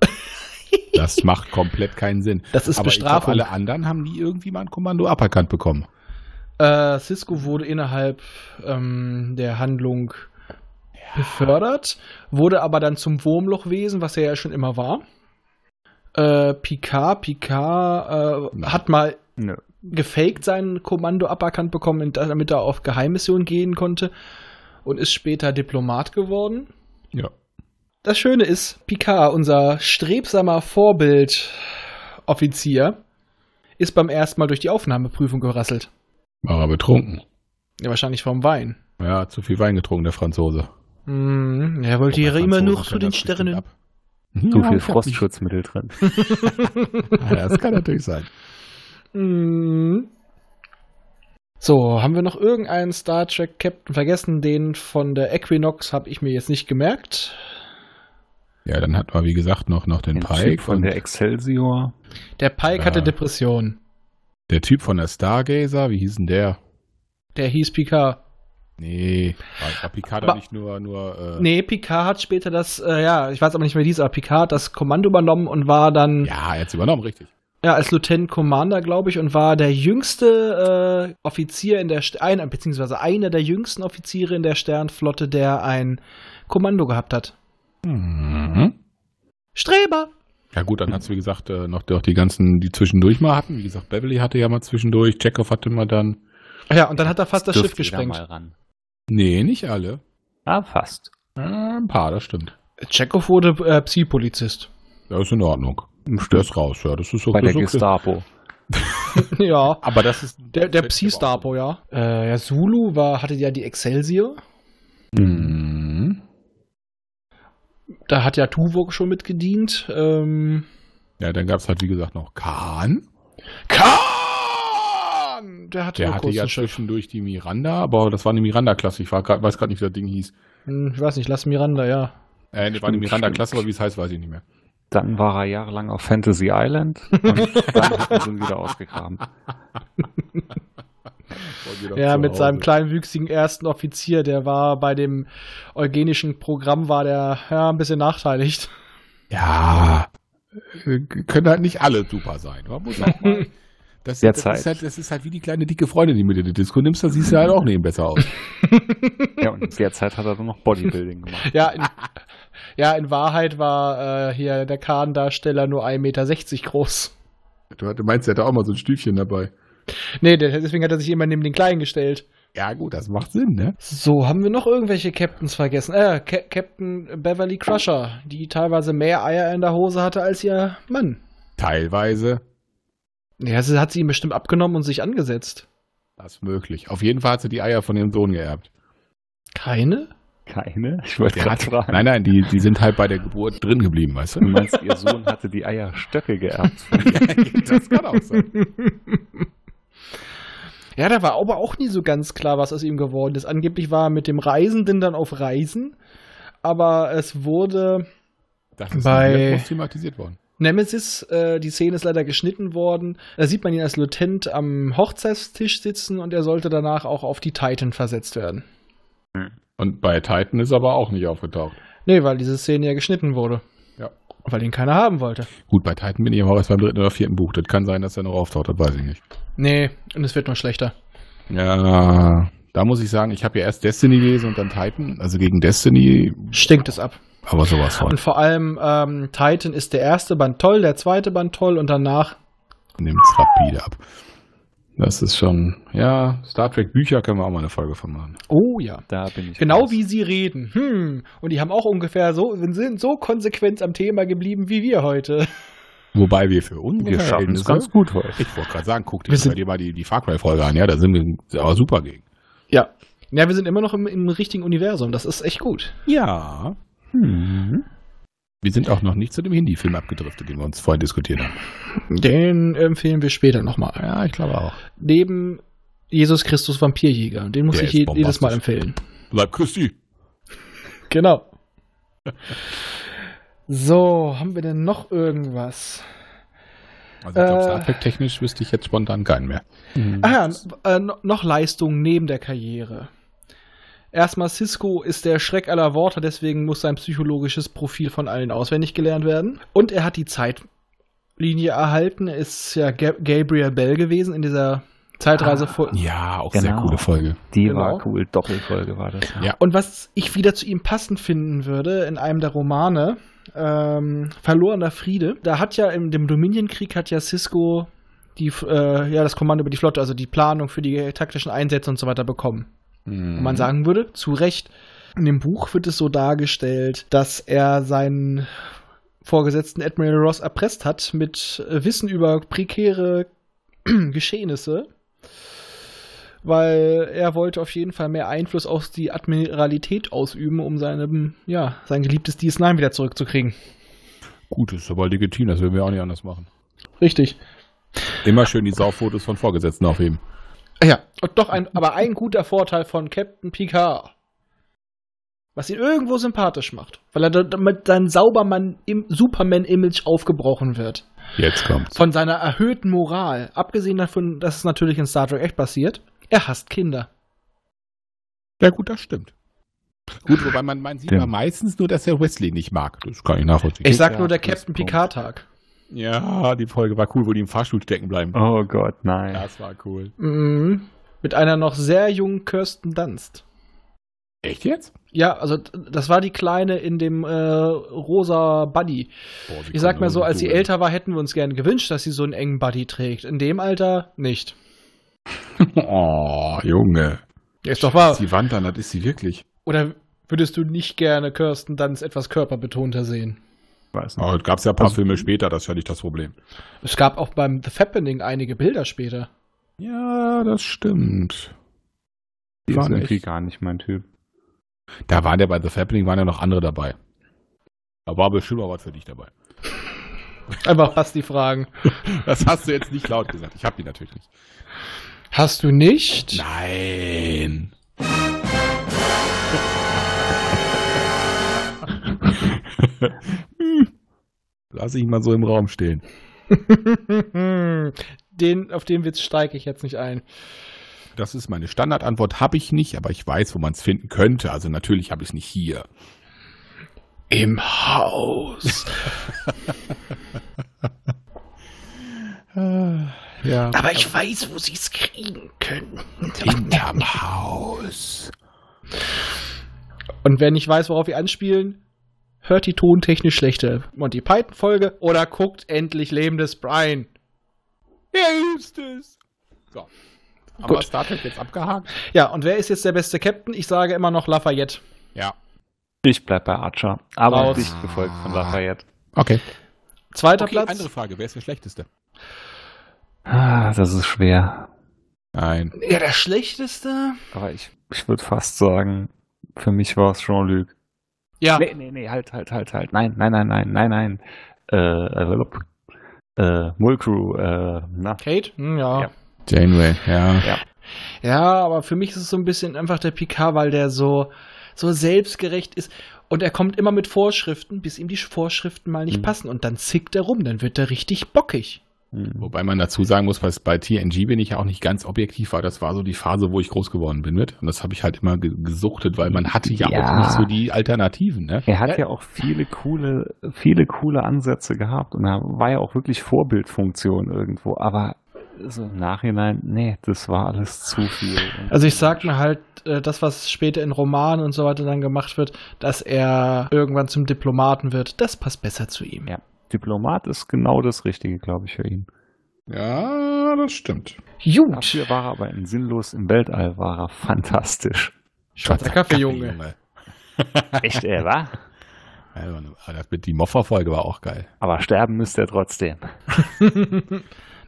Speaker 3: Das macht komplett keinen Sinn.
Speaker 1: Das ist
Speaker 3: aber ich glaub,
Speaker 1: Bestrafung.
Speaker 3: alle anderen haben nie irgendwie mal ein Kommando aberkannt bekommen.
Speaker 1: Äh, Cisco wurde innerhalb ähm, der Handlung befördert, wurde aber dann zum Wurmlochwesen, was er ja schon immer war. Äh, Picard, Picard äh,
Speaker 3: Nein.
Speaker 1: hat mal
Speaker 2: Nö.
Speaker 1: gefaked sein Kommando aberkannt bekommen, in- damit er auf Geheimmission gehen konnte und ist später Diplomat geworden.
Speaker 3: Ja.
Speaker 1: Das Schöne ist, Picard, unser strebsamer Vorbildoffizier, ist beim ersten Mal durch die Aufnahmeprüfung gerasselt.
Speaker 3: War er betrunken.
Speaker 1: Ja, wahrscheinlich vom Wein.
Speaker 3: Ja, hat zu viel Wein getrunken, der Franzose.
Speaker 1: Mm, er wollte ihre
Speaker 3: Franzosen
Speaker 1: immer noch
Speaker 3: können
Speaker 1: zu den
Speaker 3: das bestimmt
Speaker 1: Sternen.
Speaker 3: ab.
Speaker 2: Zu
Speaker 3: Ja,
Speaker 2: viel
Speaker 3: ich hab
Speaker 2: Frostschutzmittel drin.
Speaker 3: nicht- [LAUGHS] Ja, das kann natürlich sein.
Speaker 1: Mm. So, haben wir noch irgendeinen Star Trek Captain vergessen? Den von der Equinox habe ich mir jetzt nicht gemerkt.
Speaker 3: Ja, dann hat man, wie gesagt, noch, noch den,
Speaker 2: Den
Speaker 3: Pike.
Speaker 2: Typ von
Speaker 3: und
Speaker 2: der Excelsior.
Speaker 1: Der Pike hatte
Speaker 3: Ah.
Speaker 1: Depressionen.
Speaker 3: der Typ von der Stargazer, wie hieß denn der?
Speaker 1: Der hieß Picard.
Speaker 3: Nee, war, war Picard
Speaker 1: Aber-
Speaker 3: aber, nicht nur, nur äh,
Speaker 1: Nee, Picard hat später das, äh, ja, ich weiß aber nicht mehr dies, aber Picard hat das Kommando übernommen und war dann, ja,
Speaker 3: Ja, er hat's übernommen, richtig.
Speaker 1: als Lieutenant Commander, glaube ich, und war der jüngste äh, Offizier in der, St- ein, beziehungsweise einer der jüngsten Offiziere in der Sternflotte, der ein Kommando gehabt hat.
Speaker 3: Mhm.
Speaker 1: Streber!
Speaker 3: Ja gut, dann hat's wie gesagt äh, noch, noch die ganzen, die zwischendurch mal hatten. Wie gesagt, Beverly hatte ja mal zwischendurch, Chekhov hatte mal dann.
Speaker 1: Ach Ja, und dann hat er fast das Schiff
Speaker 2: Dürfte jeder
Speaker 1: gesprengt.
Speaker 2: mal ran.
Speaker 3: Nee, nicht alle.
Speaker 2: Ah, fast.
Speaker 3: Äh, ein paar, das stimmt.
Speaker 1: Chekhov wurde äh, Psi-Polizist.
Speaker 3: Das ist in Ordnung. Der ist raus, ja, das ist so.
Speaker 2: Bei der
Speaker 3: so
Speaker 2: Gestapo.
Speaker 1: [LAUGHS] ja.
Speaker 3: Aber das ist
Speaker 1: Der, der Psi-Starpo, ja. Äh, ja, Zulu war, hatte ja die Excelsior.
Speaker 3: Mhm.
Speaker 1: Da hat ja Tuvok schon mitgedient. Ähm,
Speaker 3: Ja, dann gab's halt wie gesagt noch Kahn.
Speaker 1: Kahn! Der hatte
Speaker 3: Der
Speaker 1: nur
Speaker 3: hatte
Speaker 1: kurz
Speaker 3: ja
Speaker 1: ein Schiff.
Speaker 3: zwischendurch die Miranda, aber das war eine Miranda-Klasse. Ich war grad, weiß gerade nicht, wie das Ding hieß.
Speaker 1: Hm, Ich weiß nicht, lass Miranda, ja.
Speaker 3: Äh, nee, war eine
Speaker 2: Stimmt,
Speaker 3: Miranda-Klasse,
Speaker 2: stimmt.
Speaker 3: aber wie es heißt, weiß ich nicht mehr.
Speaker 2: Dann war er jahrelang auf Fantasy Island und [LAUGHS] dann hat er ihn wieder ausgegraben.
Speaker 3: Wollt ihr doch
Speaker 1: Ja,
Speaker 3: zu
Speaker 1: mit
Speaker 3: Hause.
Speaker 1: seinem kleinwüchsigen ersten Offizier, der war bei dem eugenischen Programm, war der ja ein bisschen nachteiligt. [LAUGHS]
Speaker 3: Ja, äh, können halt nicht alle super sein. Man muss auch mal. Das,
Speaker 2: Der
Speaker 3: das,
Speaker 2: Zeit.
Speaker 3: ist halt, das ist halt wie die kleine dicke Freundin, die mit dir die Disco nimmst, da siehst du halt auch neben besser aus.
Speaker 2: Ja, und derzeit hat er nur noch Bodybuilding gemacht.
Speaker 1: Ja, in, ja, in Wahrheit war äh, hier der Kahn-Darsteller nur 1,60 Meter groß.
Speaker 3: [LAUGHS] Du du meinst, der hätte auch mal so ein Stüfchen dabei.
Speaker 1: Nee, der- deswegen hat er sich immer neben den Kleinen gestellt.
Speaker 3: Ja, gut, das macht Sinn, ne?
Speaker 1: So, haben wir noch irgendwelche Captains vergessen? Äh, Ca- Captain Beverly Crusher, die teilweise mehr Eier in der Hose hatte als ihr Mann.
Speaker 3: Teilweise.
Speaker 1: Ja, sie hat sie ihm bestimmt abgenommen und sich angesetzt.
Speaker 3: Das ist möglich. Auf jeden Fall hat sie die Eier von ihrem Sohn geerbt.
Speaker 1: Keine?
Speaker 2: Keine? Ich wollte gerade fragen.
Speaker 3: nein, nein, die, die sind halt bei der Geburt drin geblieben, weißt
Speaker 2: Du [LAUGHS]
Speaker 3: du?
Speaker 2: meinst, ihr Sohn hatte die Eierstöcke geerbt.
Speaker 3: das kann auch sein.
Speaker 1: Ja, da war aber auch nie so ganz klar, was aus ihm geworden ist. Angeblich war er mit dem Reisenden dann auf Reisen, aber es wurde
Speaker 3: Das ist
Speaker 1: Bei-
Speaker 3: wieder groß thematisiert worden.
Speaker 1: Nemesis, äh, die Szene ist leider geschnitten worden. Da sieht man ihn als Lieutenant am Hochzeitstisch sitzen und er sollte danach auch auf die Titan versetzt werden.
Speaker 3: Und bei Titan ist er aber auch nicht aufgetaucht.
Speaker 1: Nee, weil diese Szene ja geschnitten wurde.
Speaker 3: Ja.
Speaker 1: Weil ihn keiner haben wollte.
Speaker 3: Gut, bei Titan bin ich aber auch erst beim dritten oder vierten Buch. Das kann sein, dass er noch auftaucht, das weiß ich nicht.
Speaker 1: Nee, und es wird nur schlechter.
Speaker 3: Ja, da muss ich sagen, ich habe ja erst Destiny gelesen und dann Titan, also gegen Destiny,
Speaker 1: Stinkt es ab.
Speaker 3: aber sowas von.
Speaker 1: Und vor allem, ähm, Titan ist der erste Band toll, der zweite Band toll und danach
Speaker 3: Nimmt's rapide ab. Das ist schon, ja, Star Trek Bücher können wir auch mal eine Folge von machen.
Speaker 1: Oh ja.
Speaker 2: Da bin ich.
Speaker 1: Genau
Speaker 2: raus.
Speaker 1: wie sie reden. Hm. Und die haben auch ungefähr so, sind so konsequent am Thema geblieben wie wir heute.
Speaker 3: Wobei wir für uns
Speaker 2: Wir schaffen
Speaker 1: Genau.
Speaker 2: es ganz gut heute.
Speaker 3: Ich wollte gerade sagen, guck
Speaker 1: Wir
Speaker 3: dir
Speaker 1: sind-
Speaker 3: bei dir mal die, die Far Cry Folge an, ja, da sind wir aber super gegen.
Speaker 1: Ja. Ja, wir sind immer noch im, im richtigen Universum. Das ist echt gut.
Speaker 3: Ja.
Speaker 2: Hm.
Speaker 3: Wir sind auch noch nicht zu dem Hindi-Film abgedriftet, den wir uns vorhin diskutiert haben. Mhm.
Speaker 1: Den empfehlen wir später nochmal.
Speaker 3: Ja, ich glaube auch.
Speaker 1: Neben Jesus Christus Vampirjäger. Den muss
Speaker 3: Der
Speaker 1: ich
Speaker 3: ist
Speaker 1: je, jedes Mal
Speaker 3: bombastisch.
Speaker 1: empfehlen.
Speaker 3: Bleib Christi.
Speaker 1: Genau. So, haben wir denn noch irgendwas?
Speaker 3: Also ich glaube,
Speaker 1: Äh.
Speaker 3: Star Trek technisch wüsste ich jetzt spontan keinen mehr.
Speaker 1: Ah, ja, äh, no- noch Leistungen neben der Karriere. Erstmal, Cisco ist der Schreck aller Worte, deswegen muss sein psychologisches Profil von allen auswendig gelernt werden. Und er hat die Zeitlinie erhalten. Er Ist ja Ga- Gabriel Bell gewesen in dieser Zeitreise. vor.
Speaker 3: Ja, auch
Speaker 2: Genau.
Speaker 3: sehr coole Folge.
Speaker 2: Die
Speaker 1: Genau.
Speaker 2: war cool. Doppelfolge war das.
Speaker 3: Ja.
Speaker 1: Und was ich wieder zu ihm passend finden würde, in einem der Romane, ähm, Verlorener Friede, da hat ja im dem Dominion-Krieg hat ja Cisco die, äh, ja, das Kommando über die Flotte, also die Planung für die taktischen Einsätze und so weiter bekommen. wo
Speaker 3: Mhm.
Speaker 1: man sagen würde, zu Recht. In dem Buch wird es so dargestellt, dass er seinen Vorgesetzten Admiral Ross erpresst hat mit äh, Wissen über prekäre [CLEARS THROAT] Geschehnisse, weil er wollte auf jeden Fall mehr Einfluss auf die Admiralität ausüben, um seine, ja, sein geliebtes DS9 wieder zurückzukriegen.
Speaker 3: Gut, ist aber legitim, das würden wir auch nicht anders machen.
Speaker 1: Richtig.
Speaker 3: Immer schön die Saufotos von Vorgesetzten aufheben.
Speaker 1: Ja. Und doch ein, aber ein guter Vorteil von Captain Picard. Was ihn irgendwo sympathisch macht, weil er da- mit seinem Saubermann im Superman-Image aufgebrochen wird.
Speaker 3: Jetzt kommt's.
Speaker 1: Von seiner erhöhten Moral, abgesehen davon, dass es natürlich in Star Trek echt passiert, er hasst Kinder.
Speaker 3: Ja gut, das stimmt. Gut, wobei man, man sieht
Speaker 2: Stimmt.
Speaker 3: ja meistens nur, dass er Wesley nicht mag. Das kann ich nachvollziehen.
Speaker 1: Ich sag nur der
Speaker 2: Picard,
Speaker 1: Captain
Speaker 2: Pluspunkt.
Speaker 1: Picard-Tag.
Speaker 3: Ja, die Folge war cool, wo die im Fahrstuhl stecken bleiben.
Speaker 2: Oh Gott, nein.
Speaker 3: Das war cool.
Speaker 1: Mhm. Mit einer noch sehr jungen Kirsten Dunst.
Speaker 3: Echt jetzt?
Speaker 1: Ja, also d- das war die Kleine in dem äh, rosa Buddy. Ich sag mal so, als sie älter war, hätten wir uns gerne gewünscht, dass sie so einen engen Buddy trägt. In dem Alter nicht.
Speaker 3: [LAUGHS] Oh, Junge.
Speaker 1: Ist doch wahr.
Speaker 3: Sie wandern, das ist sie wirklich.
Speaker 1: Oder würdest du nicht gerne Kirsten Dunst etwas körperbetonter sehen?
Speaker 2: Ich weiß nicht.
Speaker 3: Oh, gab es ja ein paar Filme später, das ist ja nicht das Problem.
Speaker 1: Es gab auch beim The Fappening einige Bilder später.
Speaker 3: Ja, das stimmt.
Speaker 2: Die
Speaker 3: waren
Speaker 2: ist irgendwie
Speaker 3: echt-
Speaker 2: gar nicht mein Typ.
Speaker 3: Da waren ja bei The Fappening waren ja noch andere dabei. Da war bestimmt auch was für dich dabei.
Speaker 1: Einfach passt die Fragen.
Speaker 3: Das hast du jetzt nicht laut gesagt. Ich hab die natürlich nicht.
Speaker 1: Hast du nicht?
Speaker 3: Nein. [LAUGHS] Lass ich mal so im Raum stehen.
Speaker 1: [LAUGHS] den, auf den Witz steige ich jetzt nicht ein.
Speaker 3: Das ist meine Standardantwort. Habe ich nicht, aber ich weiß, wo man es finden könnte. Also natürlich habe ich es nicht hier.
Speaker 1: Im Haus.
Speaker 3: Ja.
Speaker 1: Aber ich weiß, wo sie es kriegen können.
Speaker 3: [LAUGHS] Hinterm Haus.
Speaker 1: Und wer nicht weiß, worauf wir anspielen, hört die tontechnisch schlechte Monty Python-Folge oder guckt endlich lebendes Brian.
Speaker 3: Wer ist es? So. Aber
Speaker 1: Gut.
Speaker 3: Star Trek jetzt abgehakt?
Speaker 1: Ja, und wer ist jetzt der beste Captain? Ich sage immer noch Lafayette.
Speaker 3: Ja.
Speaker 2: Ich bleib bei Archer, aber
Speaker 1: Raus.
Speaker 2: dicht gefolgt von Lafayette.
Speaker 3: Okay.
Speaker 1: Zweiter
Speaker 3: okay
Speaker 1: Platz.
Speaker 3: andere Frage. Wer ist der Schlechteste?
Speaker 2: Ah, das ist schwer.
Speaker 3: Nein.
Speaker 1: Ja, der schlechteste.
Speaker 2: Aber ich, ich würde fast sagen, für mich war es Jean-Luc.
Speaker 1: Ja,
Speaker 2: Nee, nee, nee, halt, halt, halt, halt. Nein, nein, nein, nein, nein, nein. Äh, äh, äh, Mulcrew, äh, na.
Speaker 1: Kate? Hm, ja. ja.
Speaker 2: Ja.
Speaker 3: Janeway, ja.
Speaker 1: aber für mich ist es so ein bisschen einfach der Picard, weil der so, so selbstgerecht ist. Und er kommt immer mit Vorschriften, bis ihm die Vorschriften mal nicht
Speaker 2: Mhm.
Speaker 1: passen. Und dann zickt er rum, dann wird er richtig bockig.
Speaker 2: Hm.
Speaker 3: Wobei man dazu sagen muss, was bei TNG bin ich ja auch nicht ganz objektiv, weil das war so die Phase, wo ich groß geworden bin mit. Und das habe ich halt immer ge gesuchtet, weil man hatte ja,
Speaker 2: Ja.
Speaker 3: auch nicht so die Alternativen, ne?
Speaker 2: Er hat ja auch viele coole, viele coole Ansätze gehabt und er war ja auch wirklich Vorbildfunktion irgendwo, aber so im Nachhinein, nee, das war alles zu viel.
Speaker 1: Also ich sag mir halt, äh, das, was später in Romanen und so weiter dann gemacht wird, dass er irgendwann zum Diplomaten wird, das passt besser zu ihm.
Speaker 2: Ja. Diplomat ist genau das Richtige, glaube ich, für ihn.
Speaker 3: Ja, das stimmt.
Speaker 1: Gut.
Speaker 2: Dafür war er aber in Sinnlos im Weltall, war er fantastisch.
Speaker 1: Schwarzer Kaffee, Junge.
Speaker 2: Echt, er war?
Speaker 3: Also, das mit die Moffa-Folge war auch geil.
Speaker 2: Aber sterben müsste er trotzdem.
Speaker 3: Na,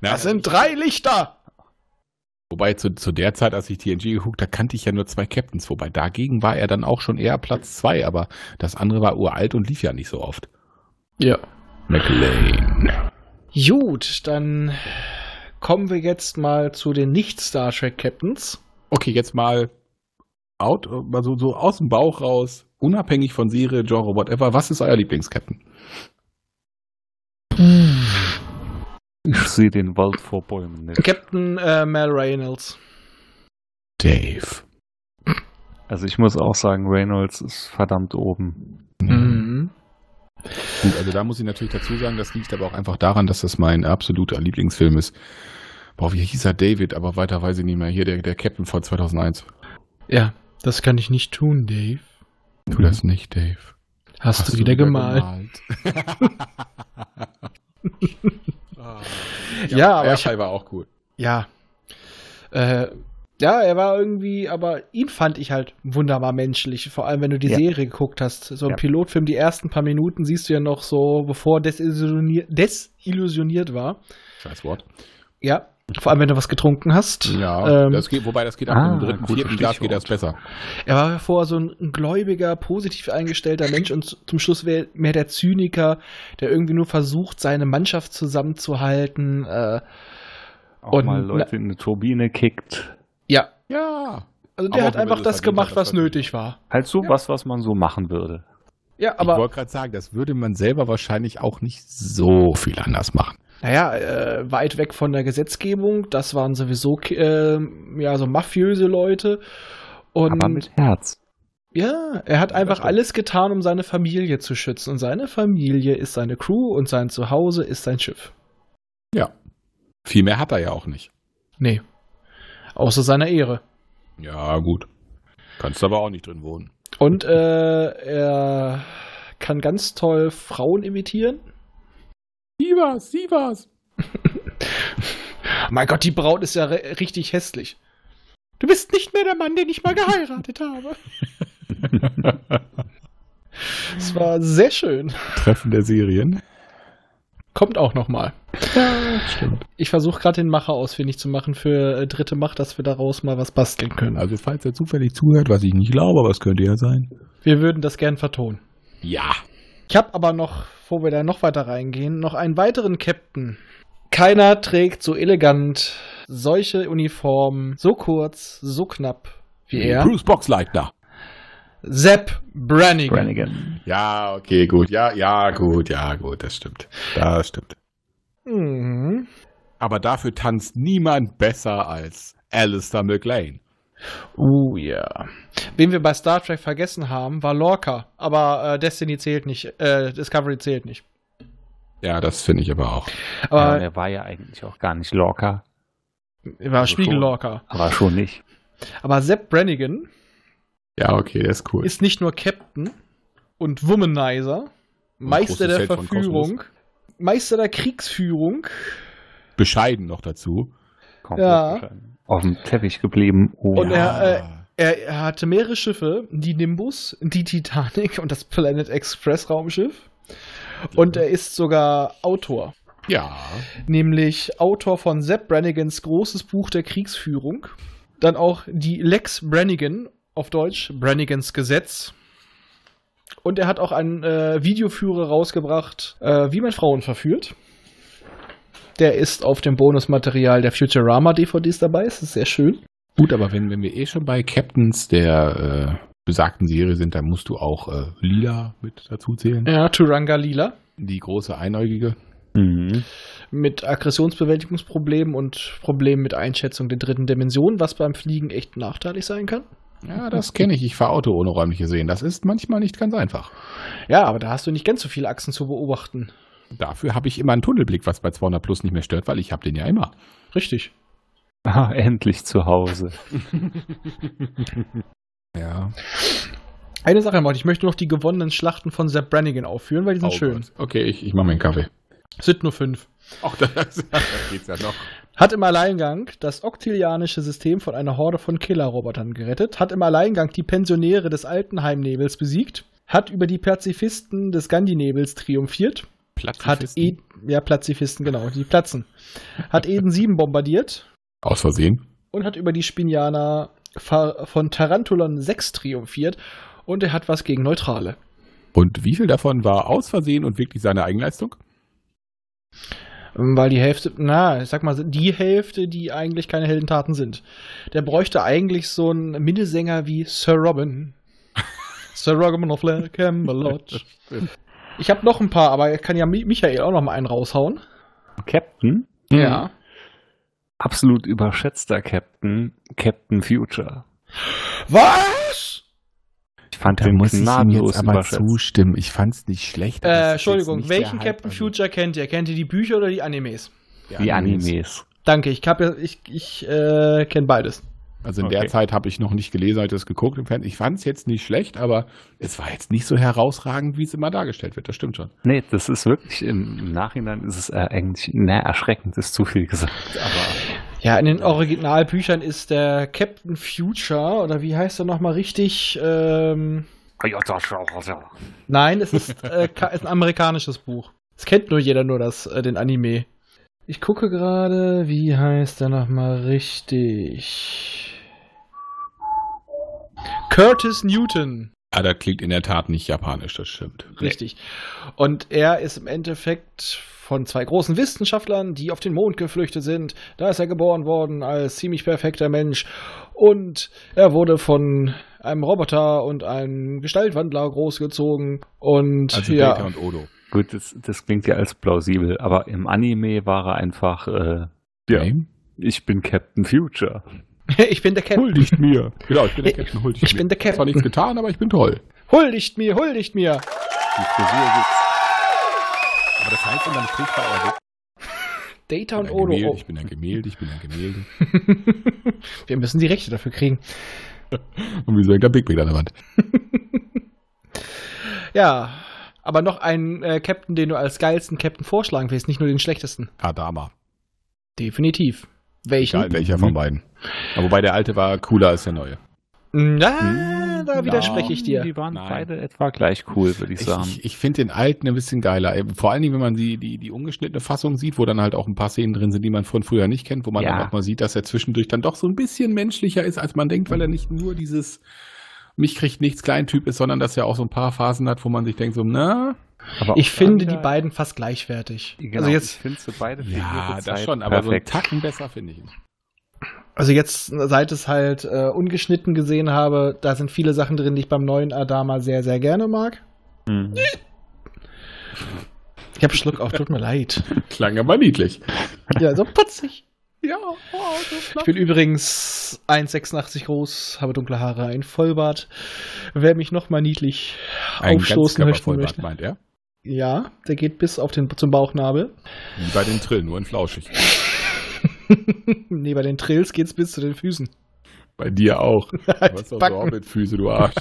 Speaker 1: Das sind drei Lichter.
Speaker 3: wobei zu, zu der Zeit, als ich TNG geguckt, da kannte ich ja nur zwei Captains. Wobei dagegen war er dann auch schon eher Platz zwei, aber das andere war uralt und lief ja nicht so oft.
Speaker 1: Ja.
Speaker 3: McLean.
Speaker 1: Gut, dann kommen wir jetzt mal zu den Nicht-Star Trek Captains.
Speaker 3: Okay, jetzt mal out, also so aus dem Bauch raus, unabhängig von Serie, Genre, whatever. Was ist euer Lieblings-Captain?
Speaker 2: Ich sehe den Wald vor Bäumen nicht.
Speaker 1: Captain äh, Mel Reynolds.
Speaker 3: Dave.
Speaker 2: Also ich muss auch sagen, Reynolds ist verdammt oben.
Speaker 1: Mhm.
Speaker 3: Gut, also da muss ich natürlich dazu sagen, das liegt aber auch einfach daran, dass das mein absoluter Lieblingsfilm ist. Boah, wie hieß er David, aber weiter weiß ich nicht mehr. Hier, der, der Captain von 2001.
Speaker 1: Ja, das kann ich nicht tun, Dave.
Speaker 3: Tu das nicht, Dave.
Speaker 1: Hast, du wieder gemalt.
Speaker 3: [LAUGHS]
Speaker 1: Ja,
Speaker 3: ja,
Speaker 1: aber
Speaker 3: aber
Speaker 1: ich-
Speaker 3: ich war auch cool.
Speaker 1: Ja. Äh, ja, er war irgendwie, aber ihn fand ich halt wunderbar menschlich. Vor allem, wenn du die
Speaker 2: Ja.
Speaker 1: Serie geguckt hast. So ein
Speaker 2: Ja.
Speaker 1: Pilotfilm, die ersten paar Minuten siehst du ja noch so, bevor desillusioniert, desillusioniert war.
Speaker 3: Scheiß Wort.
Speaker 1: Ja. Vor allem, wenn du was getrunken hast.
Speaker 3: Ja,
Speaker 1: Ähm,
Speaker 3: das geht, wobei das geht ab
Speaker 2: ah,
Speaker 3: dem dritten,
Speaker 2: gutes
Speaker 3: vierten Glas geht das besser.
Speaker 1: Er war vorher so ein gläubiger, positiv eingestellter Mensch und z- zum Schluss wär- mehr der Zyniker, der irgendwie nur versucht, seine Mannschaft zusammenzuhalten. Äh,
Speaker 2: Auch
Speaker 1: Und
Speaker 2: mal Leute in eine Turbine kickt.
Speaker 1: ja,
Speaker 3: Ja.
Speaker 1: also
Speaker 3: Aber
Speaker 1: der hat
Speaker 3: auch wenn
Speaker 1: einfach das
Speaker 3: das verdient hat,
Speaker 1: gemacht,
Speaker 3: das
Speaker 1: was
Speaker 3: verdient.
Speaker 1: nötig war.
Speaker 2: Halt so was, was man so machen würde.
Speaker 1: Ja,
Speaker 3: ich
Speaker 1: aber
Speaker 3: wollte gerade sagen, das würde man selber wahrscheinlich auch nicht so viel anders machen.
Speaker 1: naja, äh, weit weg von der Gesetzgebung. Das waren sowieso ki- ähm, ja so mafiöse Leute.
Speaker 2: aber
Speaker 1: Und
Speaker 2: mit Herz.
Speaker 1: ja, er hat einfach
Speaker 3: stimmt.
Speaker 1: alles getan, um seine Familie zu schützen. Und seine Familie ist seine Crew und sein Zuhause ist sein Schiff.
Speaker 3: Viel mehr hat er ja auch nicht.
Speaker 1: Nee. Außer seiner Ehre.
Speaker 3: Ja, gut. Kannst aber auch nicht drin wohnen.
Speaker 1: Und äh, er kann ganz toll Frauen imitieren.
Speaker 3: Sievers, Sievers.
Speaker 1: Mein Gott, die Braut ist ja re- richtig hässlich. Du bist nicht mehr der Mann, den ich mal geheiratet habe. Es war sehr schön.
Speaker 3: Treffen der Serien.
Speaker 1: Kommt auch noch mal.
Speaker 3: Ja, stimmt.
Speaker 1: Ich versuche gerade den Macher ausfindig zu machen für äh, dritte Macht, dass wir daraus mal was basteln können.
Speaker 3: Also falls er zufällig zuhört, was ich nicht glaube, aber es könnte ja sein.
Speaker 1: Wir würden das gern vertonen.
Speaker 3: Ja.
Speaker 1: Ich habe aber noch, bevor wir da noch weiter reingehen, noch einen weiteren Captain. Keiner trägt so elegant solche Uniformen, so kurz, so knapp wie er.
Speaker 3: Bruce Boxleitner.
Speaker 1: Sepp Brannigan.
Speaker 2: Brannigan.
Speaker 3: Ja, okay, gut. Ja, ja, gut, ja, gut, das stimmt. Das stimmt.
Speaker 1: Mhm.
Speaker 3: Aber dafür tanzt niemand besser als Alistair McLean.
Speaker 1: Oh ja. Wen wir bei Star Trek vergessen haben, war Lorca. Aber äh, Destiny zählt nicht, äh, Discovery zählt nicht.
Speaker 3: Ja, das finde ich aber auch.
Speaker 2: Ja, und
Speaker 1: Aber
Speaker 2: er war ja eigentlich auch gar nicht locker,
Speaker 1: war
Speaker 2: also
Speaker 1: Spiegel
Speaker 2: schon.
Speaker 1: Lorca.
Speaker 2: aber schon nicht.
Speaker 1: Aber Sepp Brannigan
Speaker 3: Ja, okay, der ist cool.
Speaker 1: ist nicht nur Captain und Womanizer, Meister
Speaker 3: großes
Speaker 1: der
Speaker 3: Held von
Speaker 1: Verführung, Meister der Kriegsführung.
Speaker 3: Bescheiden noch dazu.
Speaker 2: Komplett
Speaker 1: Ja.
Speaker 2: bescheiden. Auf dem Teppich geblieben. Oh,
Speaker 1: Und er- äh, Er, er hatte mehrere Schiffe, die Nimbus, die Titanic und das Planet Express Raumschiff. Und er ist sogar Autor.
Speaker 3: ja.
Speaker 1: nämlich Autor von Sepp Brannigans großes Buch der Kriegsführung. Dann auch die Lex Brannigan, auf Deutsch Brannigans Gesetz. Und er hat auch einen äh, Videoführer rausgebracht, äh, wie man Frauen verführt. Der ist auf dem Bonusmaterial der Futurama-DVDs dabei. Es ist sehr schön.
Speaker 3: Gut, aber wenn, wenn wir eh schon bei Captains der äh, besagten Serie sind, dann musst du auch äh, Lila mit dazu zählen.
Speaker 1: Ja, Turanga Lila
Speaker 3: Die große Einäugige.
Speaker 2: Mhm.
Speaker 1: mit Aggressionsbewältigungsproblemen und Problemen mit Einschätzung der dritten Dimension, was beim Fliegen echt nachteilig sein kann.
Speaker 3: Ja, das kenne ich. Ich fahre Auto ohne räumliche Sehen. Das ist manchmal nicht ganz einfach.
Speaker 1: Ja, aber da hast du nicht ganz so viele Achsen zu beobachten.
Speaker 3: Dafür habe ich immer einen Tunnelblick, was bei 200 Plus nicht mehr stört, weil ich habe den ja immer.
Speaker 1: Richtig.
Speaker 2: Ah, [LAUGHS] endlich zu Hause.
Speaker 3: Ja.
Speaker 1: Eine Sache noch, ich möchte noch die Oh gewonnenen Schlachten von Sepp Brannigan aufführen, weil die sind schön.
Speaker 3: Okay, ich, ich mache mir einen Kaffee.
Speaker 1: Es sind nur fünf.
Speaker 3: [LAUGHS] Auch da, da geht's ja noch.
Speaker 1: Hat im Alleingang das oktilianische System von einer Horde von Killerrobotern gerettet, hat im Alleingang die Pensionäre des Altenheimnebels besiegt, hat über die Pazifisten des Gandhi-Nebels triumphiert, hat
Speaker 3: Platzifisten.
Speaker 1: Eden, ja, Pazifisten, genau, die platzen, hat Eden 7 bombardiert
Speaker 3: Aus Versehen.
Speaker 1: und hat über die Spinianer fa- von Tarantulon 6 triumphiert und er hat was gegen Neutrale.
Speaker 3: Und wie viel davon war aus Versehen und wirklich seine Eigenleistung?
Speaker 1: Ähm, Weil die Hälfte, na, ich sag mal, die Hälfte, die eigentlich keine Heldentaten sind. Der bräuchte eigentlich so einen Minnesänger wie
Speaker 5: [LAUGHS]
Speaker 1: Sir Robin. Sir Robin of La- Camelot. Ich habe noch ein paar, aber kann ja Mi- Michael auch noch mal einen raushauen.
Speaker 2: Captain?
Speaker 1: Ja.
Speaker 2: Absolut überschätzter Captain, Captain Future.
Speaker 1: Was?
Speaker 2: Ich fand
Speaker 5: Da
Speaker 2: den
Speaker 5: muss ich ihm
Speaker 2: gnadenlos
Speaker 5: jetzt aber
Speaker 2: überschätzt.
Speaker 5: zustimmen. Ich fand's nicht schlecht. aber es ist
Speaker 1: Äh,
Speaker 5: jetzt
Speaker 1: Entschuldigung,
Speaker 5: nicht der
Speaker 1: welchen
Speaker 5: Hype Also
Speaker 1: Captain
Speaker 5: an-
Speaker 1: Future kennt ihr? Kennt ihr die Bücher oder die Animes?
Speaker 2: Die Animes.
Speaker 1: Danke, ich, hab ja, ich, ich äh, kenne beides.
Speaker 3: Also in
Speaker 2: Okay.
Speaker 3: der Zeit habe ich noch nicht gelesen, als ich das geguckt im Fernsehen. Ich fand es jetzt nicht schlecht, aber es war jetzt nicht so herausragend, wie es immer dargestellt wird. Das stimmt schon.
Speaker 2: Nee, das ist wirklich, im, im Nachhinein ist es äh, eigentlich, na, erschreckend ist zu viel gesagt.
Speaker 1: Ja, in den Originalbüchern ist der Captain Future, oder wie heißt er nochmal richtig? Ähm,
Speaker 3: Ah
Speaker 1: nein, es ist, äh, [LAUGHS] ka- ist ein amerikanisches Buch. Es kennt nur jeder nur das, äh, den Anime. Ich gucke gerade, wie heißt er nochmal richtig? Curtis Newton.
Speaker 3: Ah, das klingt in der Tat nicht japanisch, das stimmt.
Speaker 1: Richtig. Und er ist im Endeffekt von zwei großen Wissenschaftlern, die auf den Mond geflüchtet sind. Da ist er geboren worden als ziemlich perfekter Mensch. Und er wurde von einem Roboter und einem Gestaltwandler großgezogen. Und
Speaker 3: Also
Speaker 1: ja,
Speaker 3: Baker und Odo.
Speaker 2: Gut, das, das klingt ja als plausibel, aber im Anime war er einfach, äh, ja,
Speaker 3: Okay.
Speaker 2: ich bin Captain Future.
Speaker 1: [LAUGHS] ich bin der Captain.
Speaker 3: Huldigt mir. Genau, ich bin der Captain, huldigt
Speaker 1: Ich
Speaker 3: mir.
Speaker 1: bin der
Speaker 3: Ich habe zwar nichts
Speaker 1: Captain.
Speaker 3: getan, aber ich bin toll.
Speaker 1: Huldigt mir, huldigt mir.
Speaker 2: Die Frisur sitzt.
Speaker 3: Aber das heißt in deinem Strich war er
Speaker 1: Data
Speaker 3: ich
Speaker 1: und
Speaker 3: bin ein
Speaker 1: Odo.
Speaker 3: Gemälde,
Speaker 1: Oh.
Speaker 3: ich bin ein Gemälde, ich bin ein Gemälde.
Speaker 1: [LAUGHS] Wir müssen die Rechte dafür kriegen.
Speaker 3: Und wieso hängt da Big Big an der Wand?
Speaker 1: Ja, aber noch einen äh, Captain, den du als geilsten Captain vorschlagen willst, nicht nur den schlechtesten.
Speaker 3: Adama.
Speaker 1: Definitiv. Welchen?
Speaker 3: Egal welcher von beiden. Aber wobei der alte war cooler als der neue.
Speaker 1: Na, da
Speaker 2: Hm,
Speaker 1: widerspreche ich dir.
Speaker 2: Die waren
Speaker 3: Nein.
Speaker 2: beide etwa gleich cool, würde ich
Speaker 3: Ich,
Speaker 2: sagen.
Speaker 3: ich, ich finde den alten ein bisschen geiler. Eben Vor allen Dingen, wenn man die, die, die ungeschnittene Fassung sieht, wo dann halt auch ein paar Szenen drin sind, die man von früher nicht kennt, wo man
Speaker 2: Ja.
Speaker 3: dann auch mal sieht, dass er zwischendurch dann doch so ein bisschen menschlicher ist, als man denkt, weil er nicht nur dieses mich kriegt nichts Kleintyp ist, sondern dass er auch so ein paar Phasen hat, wo man sich denkt so, na,
Speaker 2: aber
Speaker 1: Ich
Speaker 2: auf
Speaker 1: finde
Speaker 2: der-
Speaker 1: die beiden fast gleichwertig.
Speaker 2: Genau,
Speaker 1: Also jetzt,
Speaker 2: finde so beide für
Speaker 3: ja,
Speaker 2: ihre
Speaker 3: das
Speaker 2: Zeit
Speaker 3: schon, aber
Speaker 2: perfekt.
Speaker 3: so einen Tacken besser finde ich ihn.
Speaker 1: also jetzt, seit es halt äh, ungeschnitten gesehen habe, da sind viele Sachen drin, die ich beim neuen Adama sehr, sehr gerne mag.
Speaker 2: Mhm.
Speaker 1: Ich habe Schluck auf, tut mir leid.
Speaker 3: Klang aber niedlich.
Speaker 1: [LAUGHS] Ja, so putzig.
Speaker 3: Ja, oh,
Speaker 1: Ich bin übrigens 1,86 groß, habe dunkle Haare, ein Vollbart. Wer mich noch mal niedlich aufstoßen möchten möchte.
Speaker 3: meint er.
Speaker 1: Ja, der geht bis auf den, zum Bauchnabel. [LAUGHS]
Speaker 3: Wie bei den Trillen, nur in Flauschig.
Speaker 1: nee, bei den Trills geht's bis zu den Füßen.
Speaker 3: Bei dir auch. Du hast doch
Speaker 1: Backen.
Speaker 3: so Hobbitfüße, du Arsch.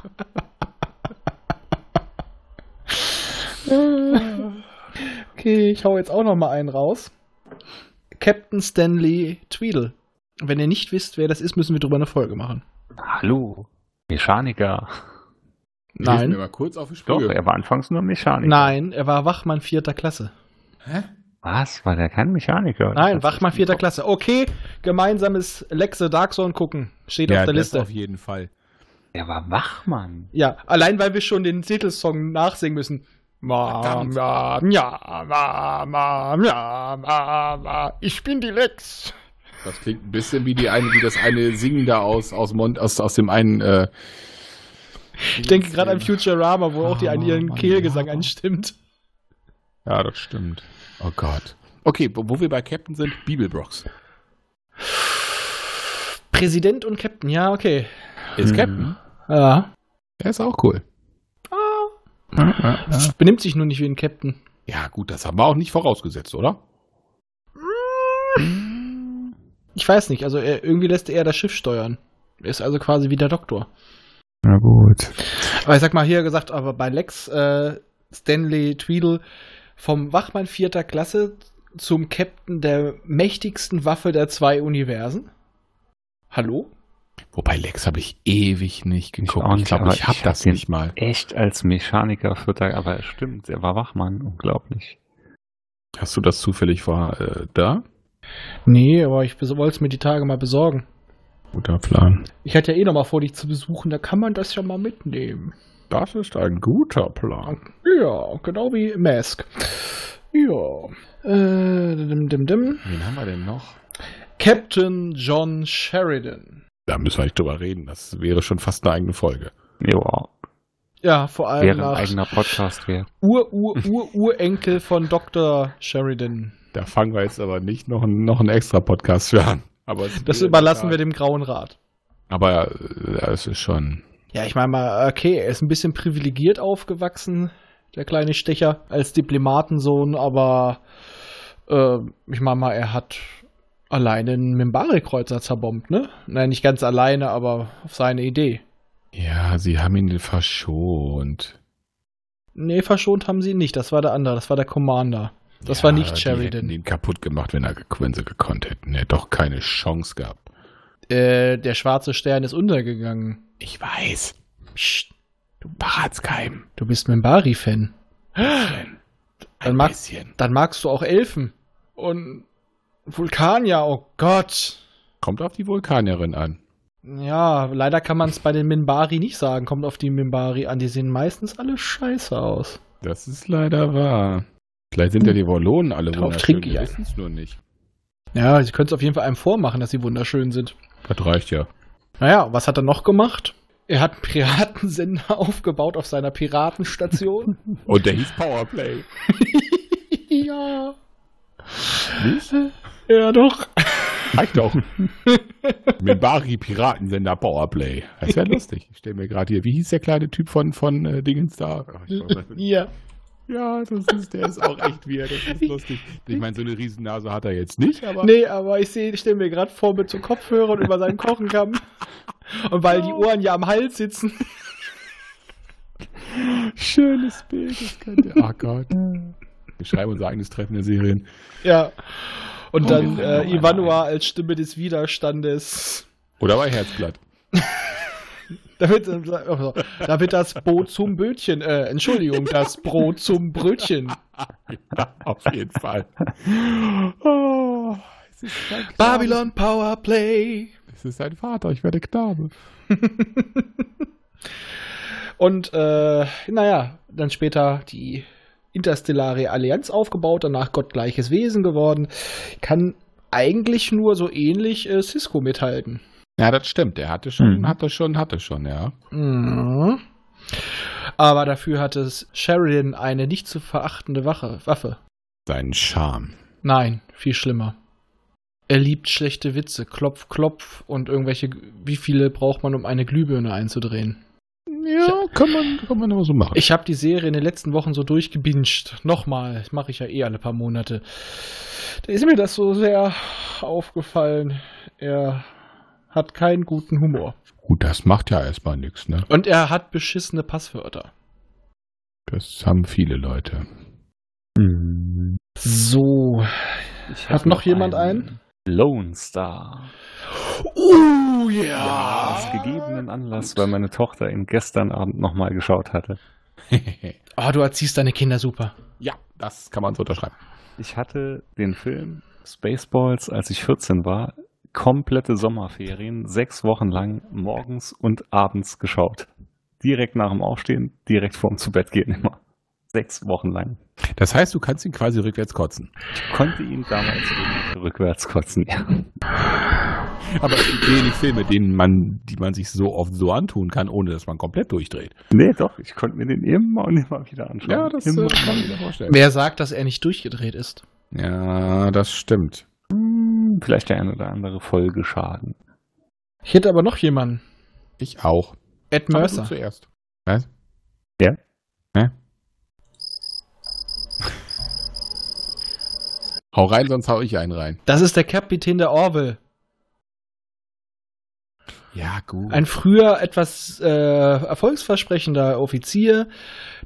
Speaker 1: [LAUGHS] Okay, ich hau jetzt auch noch mal einen raus. Captain Stanley Tweedle. Wenn ihr nicht wisst, wer das ist, müssen wir drüber eine Folge machen.
Speaker 2: Hallo, Mechaniker.
Speaker 3: Hilf mir
Speaker 1: Nein.
Speaker 3: mal kurz auf die
Speaker 2: Doch,
Speaker 3: Sprünge.
Speaker 2: er war anfangs nur Mechaniker.
Speaker 1: Nein, er war Wachmann vierter Klasse.
Speaker 3: Hä?
Speaker 2: Was? War der kein Mechaniker?
Speaker 1: Nein, Wachmann vierter Klasse. Okay, gemeinsames Lexe Dark Zone gucken. Steht auf der
Speaker 3: das
Speaker 1: Liste.
Speaker 3: auf jeden Fall.
Speaker 2: Der war Wachmann.
Speaker 1: Ja, allein weil wir schon den Titelsong nachsingen müssen. Ma,
Speaker 3: Verdammt.
Speaker 1: ma, ja, ma, ma, ja, ma, ma. Ich bin die Lex.
Speaker 3: Das klingt ein bisschen wie die eine, wie das eine Singen da aus, aus, Mond, aus, aus dem einen. Äh,
Speaker 1: Ich denke gerade an Futurama, wo auch die an ihren
Speaker 3: Mann,
Speaker 1: Kehlgesang
Speaker 3: ja.
Speaker 1: anstimmt.
Speaker 3: ja, das stimmt. Oh Gott. Okay, wo, wo wir bei Captain sind, Bibelbrox.
Speaker 1: Präsident und Captain, ja, okay.
Speaker 3: Ist
Speaker 2: Mhm.
Speaker 3: Captain.
Speaker 1: Ja.
Speaker 3: Der ist auch cool.
Speaker 1: Es benimmt sich nur nicht wie ein Captain.
Speaker 3: Ja, gut, das haben wir auch nicht vorausgesetzt, oder?
Speaker 1: Ich weiß nicht, also er, irgendwie lässt er das Schiff steuern. Er ist also quasi wie der Doktor.
Speaker 2: Na gut.
Speaker 1: Aber ich sag mal hier gesagt, aber bei Lex, äh, Stanley Tweedle vom Wachmann vierter Klasse zum Captain der mächtigsten Waffe der zwei Universen. Hallo?
Speaker 3: Wobei Lex habe ich ewig nicht geguckt.
Speaker 2: auch
Speaker 3: Ich
Speaker 2: nicht,
Speaker 3: glaube,
Speaker 2: aber
Speaker 3: ich habe
Speaker 2: ich hab
Speaker 3: das
Speaker 2: den-
Speaker 3: nicht mal.
Speaker 2: Echt als Mechaniker vierter, aber es stimmt, er war Wachmann, unglaublich.
Speaker 3: Hast du das zufällig vor äh, da?
Speaker 1: Nee, aber ich bes- wollte es mir die Tage mal besorgen.
Speaker 3: Guter Plan.
Speaker 1: Ich hatte ja eh noch mal vor, dich zu besuchen, da kann man das ja mal mitnehmen.
Speaker 3: Das ist ein guter Plan.
Speaker 1: Ja, genau wie Mask. Ja. Äh, dim, dim, dim.
Speaker 3: Wen haben wir denn noch?
Speaker 1: Captain John Sheridan.
Speaker 3: Da müssen wir nicht drüber reden. Das wäre schon fast eine eigene Folge.
Speaker 2: Ja,
Speaker 1: Ja, vor allem
Speaker 2: wäre ein
Speaker 1: nach
Speaker 2: eigener Podcast wäre.
Speaker 1: Ur, Ur, Ur, Urenkel von Dr. Sheridan.
Speaker 3: Da fangen wir jetzt aber nicht noch, einen- noch einen extra Podcast für an. Aber es
Speaker 1: Das
Speaker 2: Äh,
Speaker 3: wäre
Speaker 1: überlassen wir
Speaker 3: egal.
Speaker 1: dem Grauen Rat.
Speaker 3: Aber äh, es ist schon.
Speaker 1: Ja, ich meine mal, okay, er ist ein bisschen privilegiert aufgewachsen, der kleine Stecher, als Diplomatensohn, aber äh, ich meine mal, er hat alleine einen Mimbari-Kreuzer zerbombt, ne? Nein, nicht ganz alleine, aber auf seine Idee.
Speaker 3: Ja, sie haben ihn verschont.
Speaker 1: Nee, verschont haben sie ihn nicht, das war der andere, das war der Commander. Das war nicht
Speaker 3: Die hätten
Speaker 1: Sheridan.
Speaker 3: ihn kaputt gemacht, wenn, er, ge- wenn sie gekonnt hätten. Er hätte doch keine Chance gehabt.
Speaker 1: Äh, der schwarze Stern ist untergegangen.
Speaker 3: Ich weiß.
Speaker 1: Psst,
Speaker 3: Du Baratsgeheim.
Speaker 1: du bist Mimbari-Fan. Dann mag,
Speaker 3: bisschen.
Speaker 1: dann magst du auch Elfen. Und Vulkanier, oh Gott.
Speaker 3: Kommt auf die Vulkanierin an.
Speaker 1: Ja, leider kann man es bei den Minbari nicht sagen. Kommt auf die Minbari an. Die sehen meistens alle scheiße aus.
Speaker 3: Das ist leider wahr. Vielleicht sind ja die Wallonen alle
Speaker 1: Drauf
Speaker 3: wunderschön.
Speaker 1: trinke ich
Speaker 3: Wir
Speaker 1: ein.
Speaker 3: wissen es nur nicht.
Speaker 1: Ja, sie können es auf jeden Fall einem vormachen, dass sie wunderschön sind.
Speaker 3: Das reicht ja.
Speaker 1: Naja, was hat er noch gemacht? Er hat einen Piratensender [LAUGHS] aufgebaut auf seiner
Speaker 3: [LAUGHS]
Speaker 1: Piratenstation.
Speaker 3: Und der hieß Powerplay.
Speaker 1: ja.
Speaker 3: Nicht?
Speaker 1: Ja, doch.
Speaker 3: Reicht doch. Minbari Piratensender Powerplay. Das wäre lustig. Ich stelle mir gerade hier, wie hieß der kleine Typ von, von äh, Dingens da? Ach, ich weiß nicht.
Speaker 1: Ja.
Speaker 3: Ja, das ist, der ist auch echt weird. Das ist lustig. Ich meine, so eine Riesennase hat er jetzt nicht, aber.
Speaker 1: Nee, aber ich sehe, ich stelle mir gerade vor mit so Kopfhörern über seinen Kochenkamm. [LAUGHS] Und weil die Ohren ja am Hals sitzen.
Speaker 3: Schönes Bild, das könnte. Oh Gott. Wir schreiben unser eigenes Treffen der Serien.
Speaker 1: Ja. Und dann
Speaker 3: wir
Speaker 1: äh,
Speaker 3: werden noch
Speaker 1: Ivanua als Stimme des Widerstandes.
Speaker 3: Oder bei Herzblatt.
Speaker 1: Damit, damit das Boot zum Bötchen, äh, Entschuldigung, das Brot zum Brötchen.
Speaker 3: [LAUGHS] Ja, auf jeden Fall. [LAUGHS] Oh, es ist sein Knabe.
Speaker 1: Babylon Powerplay.
Speaker 3: Es ist sein Vater, ich werde Knabe.
Speaker 1: Und, äh, naja, dann später die Interstellare Allianz aufgebaut, danach gottgleiches Wesen geworden. Kann eigentlich nur so ähnlich äh, Cisco mithalten.
Speaker 3: Ja, das stimmt. Er hatte schon,
Speaker 2: Mhm.
Speaker 3: hatte schon, hatte schon, ja.
Speaker 1: Mhm. Aber dafür hat es Sheridan eine nicht zu verachtende Wache, Waffe.
Speaker 3: Seinen Charme.
Speaker 1: Nein, viel schlimmer. Er liebt schlechte Witze, Klopf, Klopf und irgendwelche. Wie viele braucht man, um eine Glühbirne einzudrehen?
Speaker 3: Ja, kann man, kann man aber so machen.
Speaker 1: Ich habe die Serie in den letzten Wochen so durchgebinged. Nochmal, das mache ich ja eh alle paar Monate. Da ist mir das so sehr aufgefallen. Er hat keinen guten Humor.
Speaker 3: Gut, das macht ja erstmal nichts, ne?
Speaker 1: Und er hat beschissene Passwörter.
Speaker 3: Das haben viele Leute.
Speaker 2: Mhm.
Speaker 1: So.
Speaker 2: Ich
Speaker 1: Hat
Speaker 2: hab
Speaker 1: noch jemand
Speaker 2: Lone Star.
Speaker 1: Oh
Speaker 2: Ja. Aus gegebenen Anlass, weil meine Tochter ihn gestern Abend nochmal geschaut hatte.
Speaker 1: Oh, du erziehst deine Kinder super.
Speaker 3: [LAUGHS] ja, das kann man so unterschreiben.
Speaker 2: Ich hatte den Film Spaceballs, als ich 14 war, komplette Sommerferien, sechs Wochen lang, morgens und abends geschaut. Direkt nach dem Aufstehen, direkt vorm Zubettgehen immer. Sechs Wochen lang.
Speaker 3: Das heißt, du kannst ihn quasi rückwärts kotzen.
Speaker 2: Ich konnte ihn damals wirklich rückwärts kotzen. Ja.
Speaker 3: Aber es gibt wenig Filme, denen man, die man sich so oft so antun kann, ohne dass man komplett durchdreht.
Speaker 2: Nee, doch, ich konnte mir den immer und immer wieder anschauen. immer.
Speaker 3: äh, kann ich mir vorstellen.
Speaker 1: Wer sagt, dass er nicht durchgedreht ist?
Speaker 3: Ja, das stimmt.
Speaker 2: Hm, Vielleicht der ein oder andere Folgeschaden.
Speaker 1: Ich hätte aber noch jemanden.
Speaker 3: Ich auch.
Speaker 1: Ed Mercer.
Speaker 3: zuerst. Hau rein, sonst hau ich einen rein.
Speaker 1: Das ist der Kapitän der Orwell.
Speaker 3: Ja, gut.
Speaker 1: Ein früher etwas äh, erfolgsversprechender Offizier,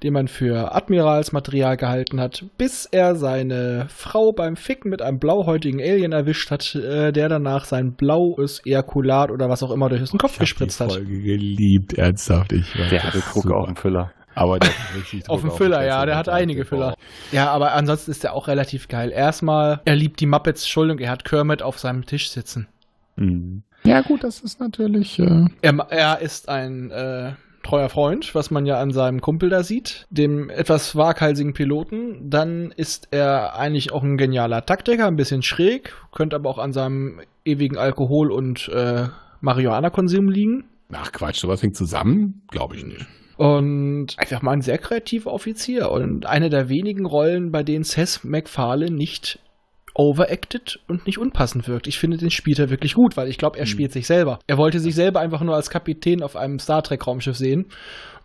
Speaker 1: den man für Admiralsmaterial gehalten hat, bis er seine Frau beim Ficken mit einem blauhäutigen Alien erwischt hat, äh, der danach sein blaues Ejakulat oder was auch immer durch den Kopf
Speaker 3: Ich hab die
Speaker 1: gespritzt hat.
Speaker 3: Folge geliebt, ernsthaft. Ich weiß,
Speaker 2: Der hatte
Speaker 3: das ist
Speaker 2: Druck
Speaker 3: super.
Speaker 2: auf dem Füller.
Speaker 3: Aber der hat richtig
Speaker 1: Auf dem
Speaker 3: Druck
Speaker 1: Füller,
Speaker 3: den
Speaker 1: ja,
Speaker 3: Füller.
Speaker 1: der hat einige Füller. Ja, aber ansonsten ist er auch relativ geil. Erstmal, er liebt die Muppets, Entschuldigung, er hat Kermit auf seinem Tisch sitzen.
Speaker 2: Mhm.
Speaker 3: Ja, gut, das ist natürlich. Äh,
Speaker 1: Er, er ist ein äh, treuer Freund, was man ja an seinem Kumpel da sieht, dem etwas waghalsigen Piloten. Dann ist er eigentlich auch ein genialer Taktiker, ein bisschen schräg, könnte aber auch an seinem ewigen Alkohol- und äh, Marihuana-Konsum liegen.
Speaker 3: ach Quatsch, sowas hängt zusammen? Glaube ich nicht.
Speaker 1: Und einfach mal ein sehr kreativer Offizier und eine der wenigen Rollen, bei denen Seth MacFarlane nicht overacted und nicht unpassend wirkt. Ich finde, den spielt er wirklich gut, weil ich glaube, er spielt sich selber. Er wollte sich selber einfach nur als Kapitän auf einem Star Trek Raumschiff sehen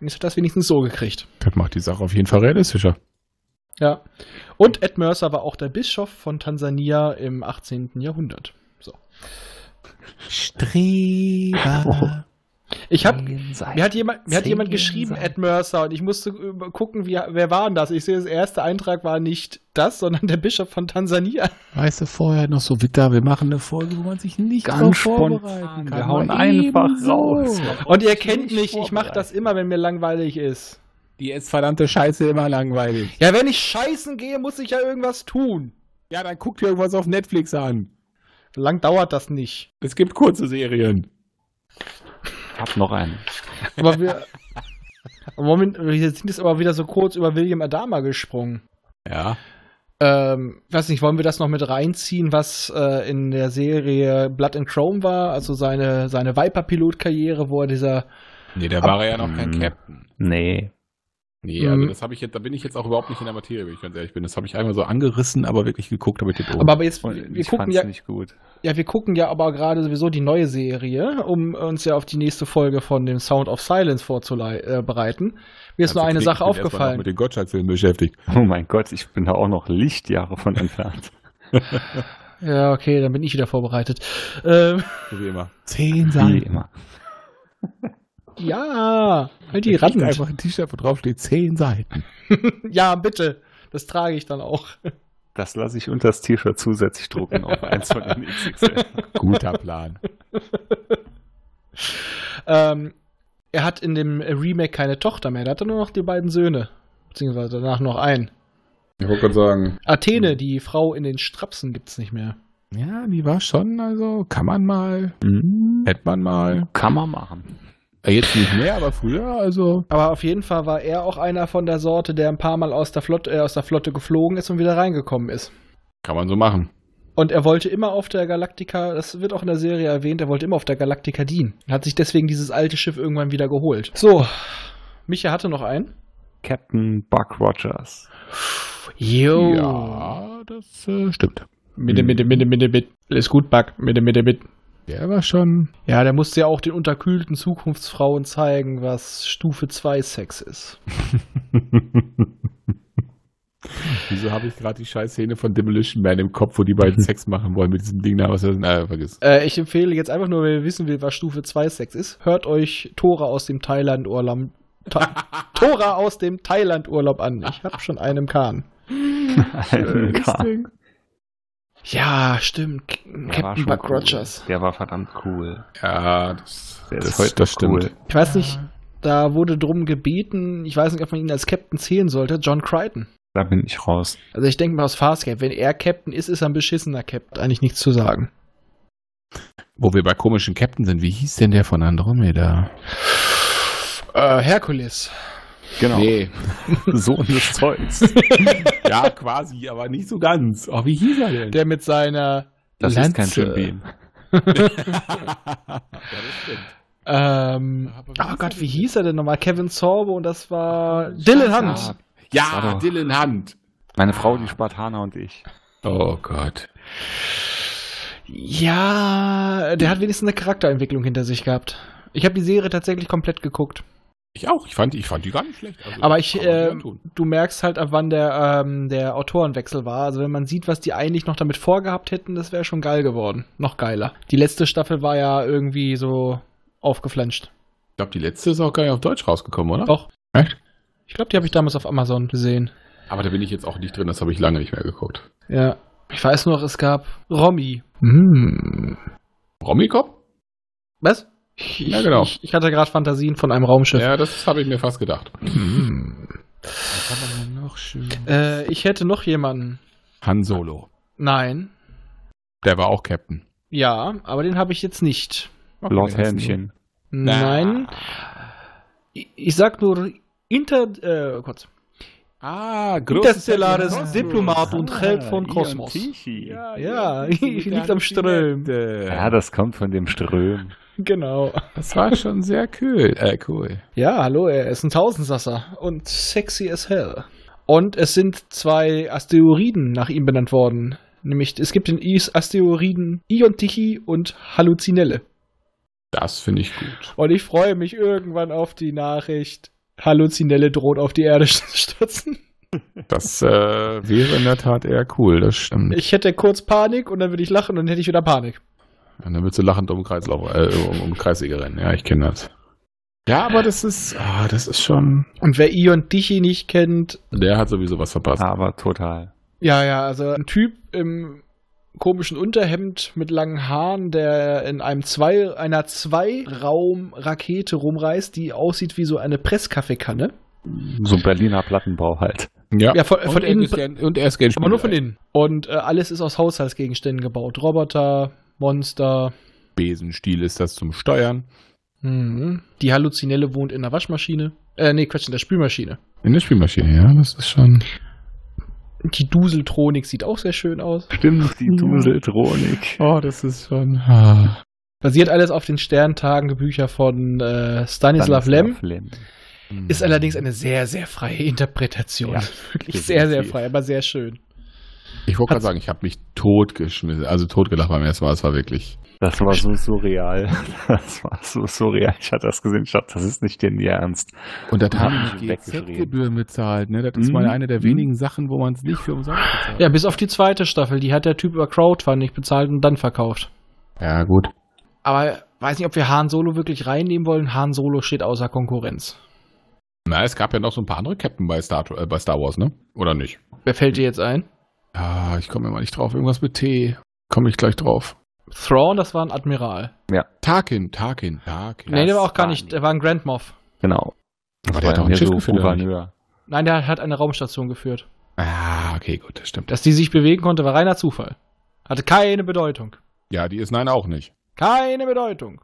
Speaker 1: und jetzt hat er das wenigstens so gekriegt.
Speaker 3: Das macht die Sache auf jeden Fall realistischer.
Speaker 1: Ja. Und Ed Mercer war auch der Bischof von Tansania im 18. Jahrhundert. So.
Speaker 5: Streber.
Speaker 1: [LAUGHS] Ich habe mir hat jemand, mir hat jemand geschrieben, Ed Mercer, und ich musste über- gucken, wie, wer war denn das? Ich sehe, das erste Eintrag war nicht das, sondern der Bischof von Tansania.
Speaker 3: Weißt du, vorher noch so, Witter, wir machen eine Folge, wo man sich nicht
Speaker 2: Ganz spontan. Wir hauen einfach raus.
Speaker 1: Und ihr kennt mich, ich mache das immer, wenn mir langweilig ist.
Speaker 3: Die ist verdammte Scheiße immer langweilig.
Speaker 1: Ja, wenn ich scheißen gehe, muss ich ja irgendwas tun.
Speaker 3: Ja, dann guck dir irgendwas auf Netflix an.
Speaker 1: Lang dauert das nicht.
Speaker 3: Es gibt kurze Serien.
Speaker 2: Hab noch einen.
Speaker 1: Aber
Speaker 2: [LAUGHS]
Speaker 1: wir. Moment, wir sind jetzt aber wieder so kurz über William Adama gesprungen.
Speaker 3: Ja.
Speaker 1: Ähm, weiß nicht, wollen wir das noch mit reinziehen, was äh, in der Serie Blood and Chrome war? Also seine, seine Viper-Pilot-Karriere, wo er dieser
Speaker 3: Nee, da war er ja noch kein
Speaker 2: Mhm.
Speaker 3: Captain.
Speaker 2: Nee.
Speaker 3: Nee, also
Speaker 1: Mhm.
Speaker 3: das habe ich jetzt, da bin ich jetzt auch überhaupt nicht in der Materie, wenn ich ganz ehrlich bin. Das habe ich einmal so angerissen, aber wirklich geguckt habe ich den
Speaker 1: Aber, aber jetzt,
Speaker 2: Und
Speaker 1: wir
Speaker 2: Oh, ich
Speaker 1: gucken
Speaker 2: fand's
Speaker 1: ja,
Speaker 2: nicht gut.
Speaker 1: ja, wir gucken ja aber gerade sowieso die neue Serie, um uns ja auf die nächste Folge von dem Sound of Silence vorzubereiten. Mir
Speaker 2: Also
Speaker 1: ist nur eine Sache
Speaker 3: mit
Speaker 1: aufgefallen.
Speaker 3: den Gottschalk-Filmen beschäftigt.
Speaker 2: Oh mein Gott, ich bin da auch noch Lichtjahre von entfernt.
Speaker 1: Ja, okay, dann bin ich wieder vorbereitet. Ähm,
Speaker 3: So wie immer.
Speaker 5: Zehn
Speaker 2: Wie
Speaker 5: Seiten.
Speaker 2: immer.
Speaker 1: ja, halt die
Speaker 3: Rand.
Speaker 1: Rand.
Speaker 3: einfach ein T-Shirt, wo drauf steht zehn Seiten.
Speaker 1: Ja, bitte. Das trage ich dann auch.
Speaker 2: Das lasse ich unter das T-Shirt zusätzlich drucken auf eins von den XXL.
Speaker 3: Guter Plan.
Speaker 1: Ähm, er hat in dem Remake keine Tochter mehr, da hat er nur noch die beiden Söhne. Beziehungsweise danach noch einen.
Speaker 3: Ich wollte gerade sagen.
Speaker 1: Athene, die Frau in den Strapsen, gibt's nicht mehr.
Speaker 3: Ja, die war schon, also kann man mal,
Speaker 2: Mhm.
Speaker 3: hätte man mal.
Speaker 2: Kann man machen.
Speaker 3: Äh, Jetzt nicht mehr, aber früher, also.
Speaker 1: Aber auf jeden Fall war er auch einer von der Sorte, der ein paar Mal aus der Flotte, äh, aus der Flotte geflogen ist und wieder reingekommen ist.
Speaker 3: Kann man so machen.
Speaker 1: Und er wollte immer auf der Galactica, das wird auch in der Serie erwähnt, er wollte immer auf der Galactica dienen. Und hat sich deswegen dieses alte Schiff irgendwann wieder geholt. So, Micha hatte noch einen.
Speaker 2: Captain Buck Rogers.
Speaker 1: Yo.
Speaker 3: Ja, das äh, stimmt.
Speaker 1: Mitte, Mitte, Mitte, Mitte, Mitte. Ist gut, Bug. Mitte, Mitte, Mitte.
Speaker 3: Der war schon.
Speaker 1: Ja, der musste ja auch den unterkühlten Zukunftsfrauen zeigen, was Stufe 2 Sex ist.
Speaker 3: Wieso habe ich gerade die scheiß Szene von Demolition Man im Kopf, wo die beiden Sex machen wollen mit diesem Ding da, was er äh, vergiss.
Speaker 1: Äh, ich empfehle jetzt einfach nur, wenn ihr wissen will, was Stufe 2 Sex ist, hört euch Tora aus dem Thailand-Urlaub
Speaker 2: [LAUGHS]
Speaker 1: Ta Tora aus dem Thailand-Urlaub an. Ich hab schon einen im Kahn.
Speaker 2: [LAUGHS] Alten Kahn.
Speaker 3: Ding.
Speaker 1: Ja, stimmt. K-
Speaker 2: Der war
Speaker 1: Captain
Speaker 2: schon
Speaker 1: Buck
Speaker 2: cool.
Speaker 1: Rogers.
Speaker 2: Der war verdammt cool.
Speaker 3: Ja, das,
Speaker 2: Der
Speaker 3: das,
Speaker 2: ist heute
Speaker 3: das stimmt.
Speaker 2: cool.
Speaker 1: Ich weiß nicht, da wurde drum gebeten, ich weiß nicht, ob man ihn als Captain zählen sollte, John Crichton.
Speaker 2: Da bin ich raus.
Speaker 1: Also ich denke mal aus Farscape, wenn er Captain ist, ist er ein beschissener Captain. Eigentlich nichts zu sagen.
Speaker 3: Wo wir bei komischen Captain sind, wie hieß denn der von Andromeda?
Speaker 1: Äh, Herkules.
Speaker 2: Genau.
Speaker 3: Nee.
Speaker 2: [LAUGHS] Sohn des Zeugs.
Speaker 3: ja, quasi, aber nicht so ganz. Oh, wie hieß er denn?
Speaker 1: Der mit seiner
Speaker 2: Das
Speaker 1: Lanze.
Speaker 2: ist kein Jim Beam.
Speaker 3: ja, das stimmt.
Speaker 1: Ähm,
Speaker 3: Aber wie
Speaker 1: oh
Speaker 3: hieß
Speaker 1: Gott,
Speaker 3: er
Speaker 1: wie
Speaker 3: denn?
Speaker 1: hieß er denn nochmal? Kevin Sorbo und das war Dylan Hunt.
Speaker 3: ja
Speaker 2: doch-
Speaker 3: Dylan Hunt.
Speaker 2: Meine Frau, die Spartaner und ich.
Speaker 3: Oh Gott.
Speaker 1: Ja, der hat wenigstens eine Charakterentwicklung hinter sich gehabt. Ich habe die Serie tatsächlich komplett geguckt.
Speaker 3: Ich auch. Ich fand, ich fand die gar nicht schlecht. Also,
Speaker 1: Aber ich,
Speaker 3: kann man
Speaker 1: äh,
Speaker 3: gern tun.
Speaker 1: du merkst halt, ab wann der, ähm, der Autorenwechsel war. Also wenn man sieht, was die eigentlich noch damit vorgehabt hätten, das wäre schon geil geworden. Noch geiler. Die letzte Staffel war ja irgendwie so aufgeflanscht.
Speaker 3: Ich glaube, die letzte ist auch gar nicht auf Deutsch rausgekommen, oder?
Speaker 1: Doch.
Speaker 3: Echt?
Speaker 1: Ich glaube, die habe ich damals auf Amazon gesehen.
Speaker 3: Aber da bin ich jetzt auch nicht drin, das habe ich lange nicht mehr geguckt.
Speaker 1: Ja. Ich weiß noch, es gab Romy.
Speaker 3: Hm. Romikop?
Speaker 1: Was? Ich,
Speaker 3: Ja, genau.
Speaker 1: Ich, ich hatte gerade Fantasien von einem Raumschiff.
Speaker 3: Ja, das habe ich mir fast gedacht.
Speaker 5: Noch schön.
Speaker 1: Äh, ich hätte noch jemanden.
Speaker 3: Han Solo.
Speaker 1: Nein.
Speaker 3: Der war auch Captain.
Speaker 1: Ja, aber den habe ich jetzt nicht.
Speaker 2: Lord Helmchen.
Speaker 1: Nein. Ich, ich sag nur Inter. Äh, Gott.
Speaker 3: Ah,
Speaker 1: Interstellares Diplomat und Held von Kosmos.
Speaker 2: Ja.
Speaker 1: Ja, [LAUGHS] liegt am Ström.
Speaker 2: ja, das kommt von dem Ström.
Speaker 1: Genau.
Speaker 3: Das war schon sehr cool. Äh, cool.
Speaker 1: Ja, hallo, er ist ein Tausendsasser und sexy as hell. Und es sind zwei Asteroiden nach ihm benannt worden. Nämlich, es gibt den Is Asteroiden Iontichi und Halluzinelle.
Speaker 3: Das finde ich gut.
Speaker 1: Und ich freue mich irgendwann auf die Nachricht, Halluzinelle droht auf die Erde [LAUGHS] zu stürzen.
Speaker 3: Das äh, wäre in der Tat eher cool, das stimmt.
Speaker 1: Ich hätte kurz Panik und dann würde ich lachen und dann hätte ich wieder Panik.
Speaker 3: Und dann willst du lachend um Kreislauf, äh, um, um Kreissäge rennen. Ja, ich kenne das. Ja, aber das ist, ah, das ist schon.
Speaker 1: Und wer Iontichi nicht kennt,
Speaker 3: Der hat sowieso was verpasst.
Speaker 2: Aber total.
Speaker 1: Ja, ja, also ein Typ im komischen Unterhemd mit langen Haaren, der in einem zwei, einer Zweiraum-Rakete rumreist, die aussieht wie so eine Presskaffeekanne.
Speaker 2: So ein Berliner Plattenbau halt.
Speaker 1: Ja, von, von
Speaker 3: und, er
Speaker 1: innen,
Speaker 3: ist gern, und er ist gern
Speaker 1: aber nur von
Speaker 3: Spieler.
Speaker 1: innen. Und äh, alles ist aus Haushaltsgegenständen gebaut. Roboter, Monster.
Speaker 3: Besenstiel ist das zum Steuern.
Speaker 1: Mhm. Die Halluzinelle wohnt in der Waschmaschine. Äh, nee, Quatsch, in der Spülmaschine.
Speaker 3: In der Spielmaschine, ja, das ist schon.
Speaker 1: Die Duseltronik sieht auch sehr schön aus.
Speaker 2: Stimmt,
Speaker 3: Hm.
Speaker 2: die Duseltronik.
Speaker 3: Oh, das ist schon. Ah.
Speaker 1: Basiert alles auf den Sterntagebücher von äh, Stanislav Lem. Ist allerdings eine sehr, sehr freie Interpretation. [LAUGHS]
Speaker 2: Ja,
Speaker 1: Wirklich sehr, sehr
Speaker 2: definitiv.
Speaker 1: frei, aber sehr schön.
Speaker 3: Ich wollte gerade
Speaker 1: Hat's-
Speaker 3: sagen, ich habe mich totgeschmissen. Also totgelacht beim ersten Mal. Es war wirklich.
Speaker 2: Das war so surreal. [LAUGHS] Das war so surreal. Ich hatte das gesehen. Ich dachte, das ist nicht denn ihr Ernst.
Speaker 3: Und das
Speaker 2: Ja,
Speaker 3: haben die
Speaker 2: weggeschrien.
Speaker 3: GZ-Gebühren bezahlt, ne? Das ist
Speaker 2: Mhm.
Speaker 3: mal eine der wenigen Sachen, wo man es nicht für umsonst bezahlt.
Speaker 1: Ja, bis auf die zweite Staffel, die hat der Typ über Crowdfunding bezahlt und dann verkauft.
Speaker 3: ja gut.
Speaker 1: Aber weiß nicht, ob wir Han Solo wirklich reinnehmen wollen. Han Solo steht außer Konkurrenz.
Speaker 3: Na, es gab ja noch so ein paar andere Captain bei Star, äh, bei Star Wars, ne? Oder nicht?
Speaker 1: Wer fällt dir jetzt ein?
Speaker 3: Ah, ich komme immer nicht drauf. Irgendwas mit T. Komme ich gleich drauf.
Speaker 1: Thrawn, das war ein Admiral.
Speaker 3: Tarkin, Tarkin, Tarkin.
Speaker 1: nee, der war
Speaker 2: das
Speaker 1: auch gar
Speaker 2: war
Speaker 1: nicht,
Speaker 2: nie.
Speaker 1: der war ein Grand Moff.
Speaker 2: Genau.
Speaker 3: Aber der hat
Speaker 2: Weil
Speaker 3: doch ein
Speaker 2: mir
Speaker 3: Schiff
Speaker 2: so
Speaker 3: geführt, oder nicht?
Speaker 2: Gouverneur.
Speaker 1: Nein, der hat eine Raumstation geführt.
Speaker 3: Ah, okay, gut, das stimmt.
Speaker 1: Dass die sich bewegen konnte, war reiner Zufall. Hatte keine Bedeutung.
Speaker 3: Ja, die ist nein auch nicht.
Speaker 1: Keine Bedeutung.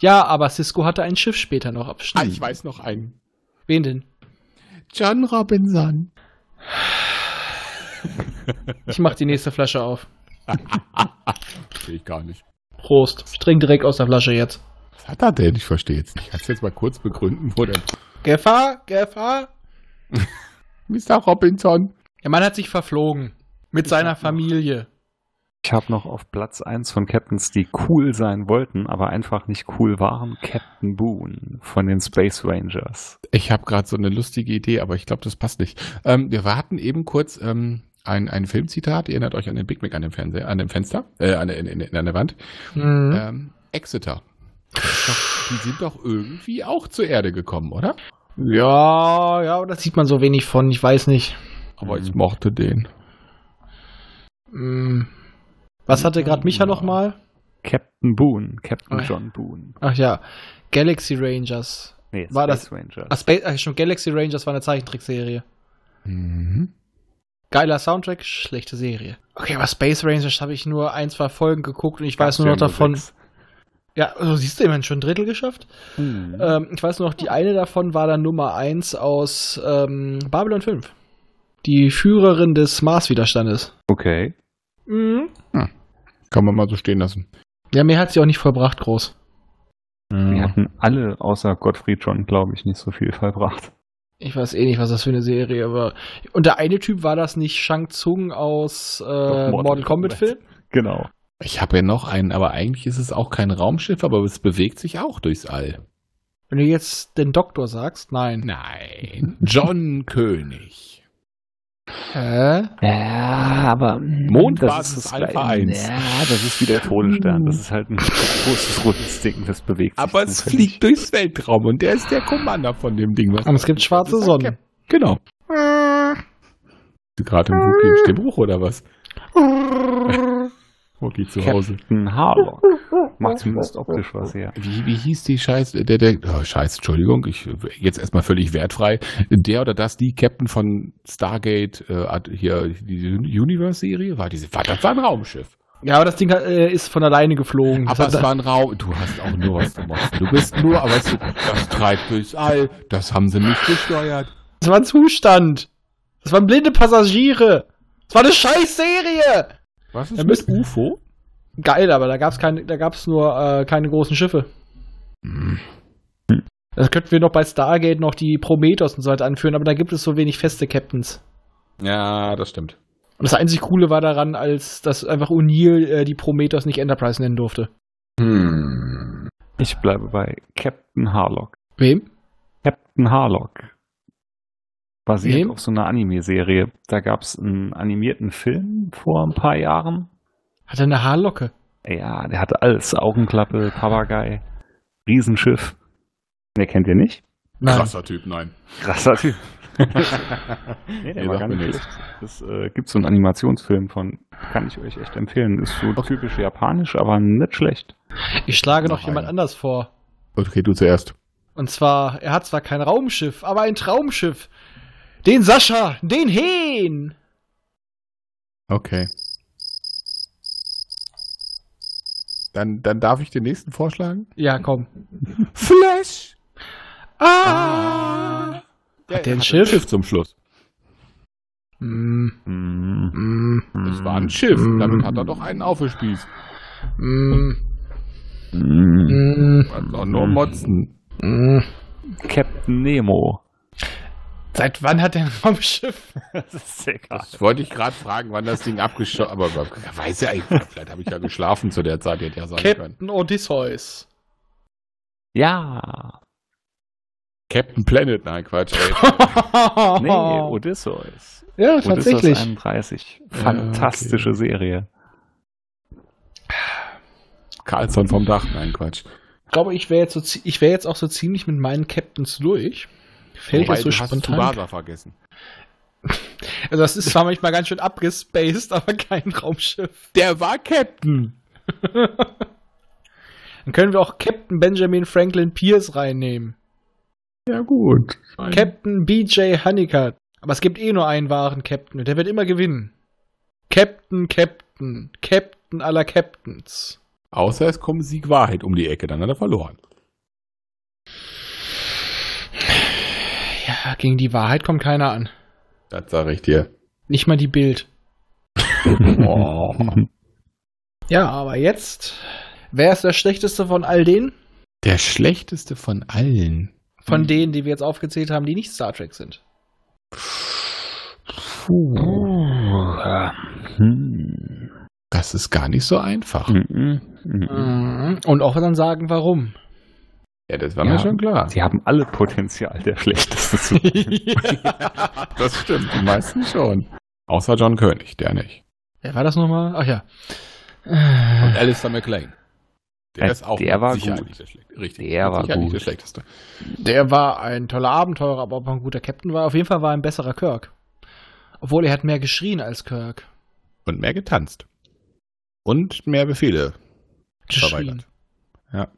Speaker 1: ja, aber Cisco hatte ein Schiff später noch am Start.
Speaker 3: Ah, weiß noch einen.
Speaker 1: Wen denn?
Speaker 3: John Robinson.
Speaker 1: Ich mach die nächste Flasche auf.
Speaker 3: Sehe ich gar nicht.
Speaker 1: Prost. Ich trinke direkt aus der Flasche jetzt.
Speaker 3: Was hat er denn? Ich verstehe jetzt nicht. Kannst du jetzt mal kurz begründen, wo der
Speaker 1: Gefahr, Gefahr.
Speaker 3: Mr. Robinson.
Speaker 1: Der Mann hat sich verflogen. Mit seiner Familie.
Speaker 2: Ich habe noch auf Platz 1 von Captains, die cool sein wollten, aber einfach nicht cool waren, Captain Boone von den Space Rangers.
Speaker 3: Ich habe gerade so eine lustige Idee, aber ich glaube, das passt nicht. Ähm, wir warten eben kurz ähm, ein, ein Filmzitat. Ihr erinnert euch an den Big Mac an dem Fernseher, an dem Fenster, äh, an, der- in, in, in, an der Wand.
Speaker 1: Mhm.
Speaker 3: Ähm, Exeter. Das ist doch- Die sind doch irgendwie auch zur Erde gekommen, oder?
Speaker 1: Ja, ja, aber das sieht man so wenig von. Ich weiß nicht.
Speaker 3: Aber
Speaker 2: Mhm.
Speaker 3: ich mochte den.
Speaker 1: Hm. Was hatte gerade Micha nochmal?
Speaker 2: Captain Boone, Captain
Speaker 1: Oh ja.
Speaker 2: John Boone.
Speaker 1: Ach ja, Galaxy Rangers.
Speaker 2: Nee,
Speaker 1: War
Speaker 2: Space Rangers.
Speaker 1: Ach, Spa- ach, schon Galaxy Rangers war eine Zeichentrickserie.
Speaker 3: Mhm.
Speaker 1: Geiler Soundtrack, schlechte Serie. Okay, aber Space Rangers habe ich nur ein, zwei Folgen geguckt und ich weiß nur noch davon. Ja, also siehst du, immerhin schon ein Drittel geschafft.
Speaker 2: Mhm.
Speaker 3: Äh,
Speaker 1: Ähm, ich weiß nur noch, die eine davon war dann Nummer 1 aus ähm, Babylon 5. Die Führerin des Mars-Widerstandes.
Speaker 2: Okay.
Speaker 1: Mhm.
Speaker 3: Kann man mal so stehen lassen.
Speaker 1: Ja, mehr hat sie auch nicht vollbracht, groß.
Speaker 2: Die hatten alle außer Gottfried John, glaube ich, nicht so viel vollbracht.
Speaker 1: Ich weiß eh nicht, was das für eine Serie war. Und der eine Typ war das nicht Shang Tsung aus äh, Mortal, Kombat Film?
Speaker 2: [LAUGHS] Genau.
Speaker 3: Ich habe ja noch einen, aber eigentlich ist es auch kein Raumschiff, aber es bewegt sich auch durchs All.
Speaker 1: Wenn du jetzt den Doktor sagst, nein.
Speaker 3: Nein. John König.
Speaker 1: Hä?
Speaker 2: Ja, aber mm,
Speaker 3: Mondbasis
Speaker 2: das ist das
Speaker 3: Alpha
Speaker 2: Gleiche.
Speaker 3: 1.
Speaker 2: Ja, das ist wie der Todesstern. Das ist halt ein großes rundes Ding, das bewegt sich.
Speaker 3: Aber es
Speaker 2: zufällig.
Speaker 3: fliegt durchs Weltraum und der ist der Commander von dem Ding. Was
Speaker 1: Aber es gibt schwarze Sonnen.
Speaker 3: Genau. Bist du gerade im Wookie Stimmbruch oder was? Wookie zu Hause.
Speaker 2: Captain Harlock. [LAUGHS] Macht zumindest optisch was her.
Speaker 3: Wie, wie hieß die Scheiß, der, der, oh, Scheiß, Entschuldigung, ich jetzt erstmal völlig wertfrei. Der oder das, die Captain von Stargate, äh, hat hier die Universe-Serie, war diese, war, das war ein Raumschiff.
Speaker 1: Ja, aber das Ding hat, äh, ist von alleine geflogen. Das
Speaker 3: Aber
Speaker 1: hat-
Speaker 3: es war ein Raum, du hast auch nur was gemacht. Du bist nur, aber es, das treibt durchs All, das haben sie nicht gesteuert.
Speaker 1: das war ein Zustand. Das waren blinde Passagiere. Das war eine Scheißserie.
Speaker 3: Was
Speaker 1: Da
Speaker 3: ist
Speaker 1: müsst-
Speaker 3: UFO?
Speaker 1: Geil, aber da gab's keine, da gab's nur äh, keine großen Schiffe. Da könnten wir noch bei Stargate noch die Prometheus und so weiter anführen, aber da gibt es so wenig feste Captains.
Speaker 3: Ja, das stimmt.
Speaker 1: Und das einzig Coole war daran, als dass einfach O'Neill äh, die Prometheus nicht Enterprise nennen durfte.
Speaker 3: Hm.
Speaker 2: Ich bleibe bei Captain Harlock.
Speaker 1: Wem?
Speaker 2: Captain Harlock. Basiert
Speaker 1: Wem?
Speaker 2: auf so einer Anime-Serie. Da gab es einen animierten Film vor ein paar Jahren.
Speaker 1: Hat er eine Haarlocke.
Speaker 2: Ja, der hatte alles. Augenklappe, Papagei, Riesenschiff. Ne, kennt ihr nicht?
Speaker 3: Krasser Typ, nein.
Speaker 2: Krasser Typ. nee, der
Speaker 3: Nee,
Speaker 2: war
Speaker 3: sagt
Speaker 2: gar
Speaker 3: mir
Speaker 2: nicht
Speaker 3: nichts.
Speaker 2: schlecht. Es äh, gibt so einen Animationsfilm von, kann ich euch echt empfehlen. Ist so typisch japanisch, aber nicht schlecht.
Speaker 1: Ich schlage noch
Speaker 3: Nein.
Speaker 1: jemand anders vor.
Speaker 3: Okay, du zuerst.
Speaker 1: Und zwar, er hat zwar kein Raumschiff, aber ein Traumschiff. Den Sascha, den Hehn.
Speaker 3: Okay. Dann, dann darf ich den nächsten vorschlagen?
Speaker 1: Ja, komm.
Speaker 3: Flash!
Speaker 1: Ah! Hat der ein Schiff?
Speaker 3: zum Schluss.
Speaker 1: Mm,
Speaker 2: Mm,
Speaker 1: mm,
Speaker 3: Das war ein Schiff. Damit hat er doch einen aufgespießt.
Speaker 1: mm,
Speaker 2: mm.
Speaker 1: mm,
Speaker 3: War doch nur Motzen.
Speaker 1: mm.
Speaker 3: hm.
Speaker 2: Captain Nemo.
Speaker 1: Seit wann hat er ein Raumschiff?
Speaker 2: Das ist egal.
Speaker 3: Das wollte ich gerade fragen, wann das Ding abgeschossen Aber aber er weiß ja eigentlich, vielleicht habe ich ja geschlafen zu der Zeit, hätte ja sein können.
Speaker 1: Captain
Speaker 3: [LAUGHS]
Speaker 1: Odysseus.
Speaker 2: Ja.
Speaker 3: Captain Planet, nein, Quatsch. Äh, Ey.
Speaker 2: Nee, Odysseus.
Speaker 1: Oh. ja,
Speaker 2: Odysseus
Speaker 1: tatsächlich.
Speaker 2: 31.
Speaker 3: Ja,
Speaker 2: Fantastische Serie.
Speaker 3: Carlson vom Dach, nein, Quatsch.
Speaker 1: Ich glaube, ich wäre jetzt, so, zie- ich wär jetzt auch so ziemlich mit meinen Captains durch. Fällt
Speaker 3: Wobei,
Speaker 1: das so
Speaker 3: du hast
Speaker 1: spontan?
Speaker 3: Tsubasa vergessen.
Speaker 1: Also das ist zwar manchmal ganz schön abgespaced, aber kein Raumschiff.
Speaker 3: Der war Captain.
Speaker 1: [LAUGHS] Dann können wir auch Captain Benjamin Franklin Pierce reinnehmen.
Speaker 3: Ja, gut. Captain.
Speaker 1: Captain BJ Honeycutt. Aber es gibt eh nur einen wahren Captain und der wird immer gewinnen. Captain, Captain, Captain aller Captains.
Speaker 3: Außer es kommt Sieg Wahrheit um die Ecke, dann hat er verloren.
Speaker 1: Ja, gegen die Wahrheit kommt keiner an.
Speaker 3: Das sage ich dir.
Speaker 1: [LAUGHS] Nicht mal die Bild.
Speaker 3: Oh.
Speaker 1: Ja, aber jetzt. Wer ist der schlechteste von all denen?
Speaker 3: Der schlechteste von allen.
Speaker 1: Von denen, die wir jetzt aufgezählt haben, die nicht Star Trek sind.
Speaker 2: Puh. Hm.
Speaker 3: Das ist gar nicht so einfach.
Speaker 1: Hm.
Speaker 2: Mhm. Mhm.
Speaker 1: Und auch dann sagen, warum.
Speaker 3: Ja, das war
Speaker 2: Ja.
Speaker 3: mir schon klar.
Speaker 2: Die haben alle Potenzial, der schlechteste
Speaker 1: [LAUGHS]
Speaker 2: zu sein.
Speaker 3: Das stimmt, die meisten schon. Außer John König, der nicht.
Speaker 1: Wer war das nochmal? Ach ja.
Speaker 3: Und Alistair McLean. Der
Speaker 2: Äh,
Speaker 3: ist auch
Speaker 2: der war
Speaker 3: sicher
Speaker 2: gut.
Speaker 3: nicht der schlechteste. Richtig.
Speaker 2: Der war
Speaker 3: sicher
Speaker 2: gut.
Speaker 3: nicht der schlechteste.
Speaker 1: Der war ein toller Abenteurer, aber ob er ein guter Captain war, auf jeden Fall war er ein besserer Kirk. Obwohl er hat mehr geschrien als Kirk.
Speaker 3: Und mehr getanzt. Und mehr Befehle
Speaker 1: Geschrien.
Speaker 3: verweigert. Ja.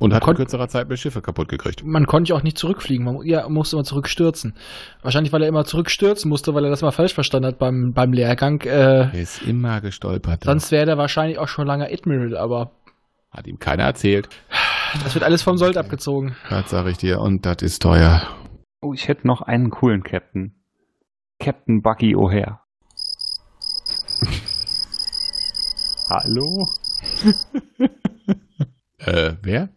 Speaker 3: Und hat in
Speaker 1: Kon-
Speaker 3: kürzerer Zeit mehr Schiffe kaputt gekriegt.
Speaker 1: Man konnte ja auch nicht zurückfliegen, man mu- ja, musste immer zurückstürzen. Wahrscheinlich, weil er immer zurückstürzen musste, weil er das mal falsch verstanden hat beim, beim Lehrgang. Äh,
Speaker 3: Er ist immer gestolpert.
Speaker 1: Sonst wäre der wahrscheinlich auch schon lange Admiral, aber
Speaker 3: hat ihm keiner erzählt.
Speaker 1: das wird alles vom Sold abgezogen.
Speaker 3: Das sage ich dir. Und das ist teuer.
Speaker 2: Oh, ich hätte noch einen coolen Captain. Captain Bucky O'Hare. Hallo?
Speaker 3: Äh, wer?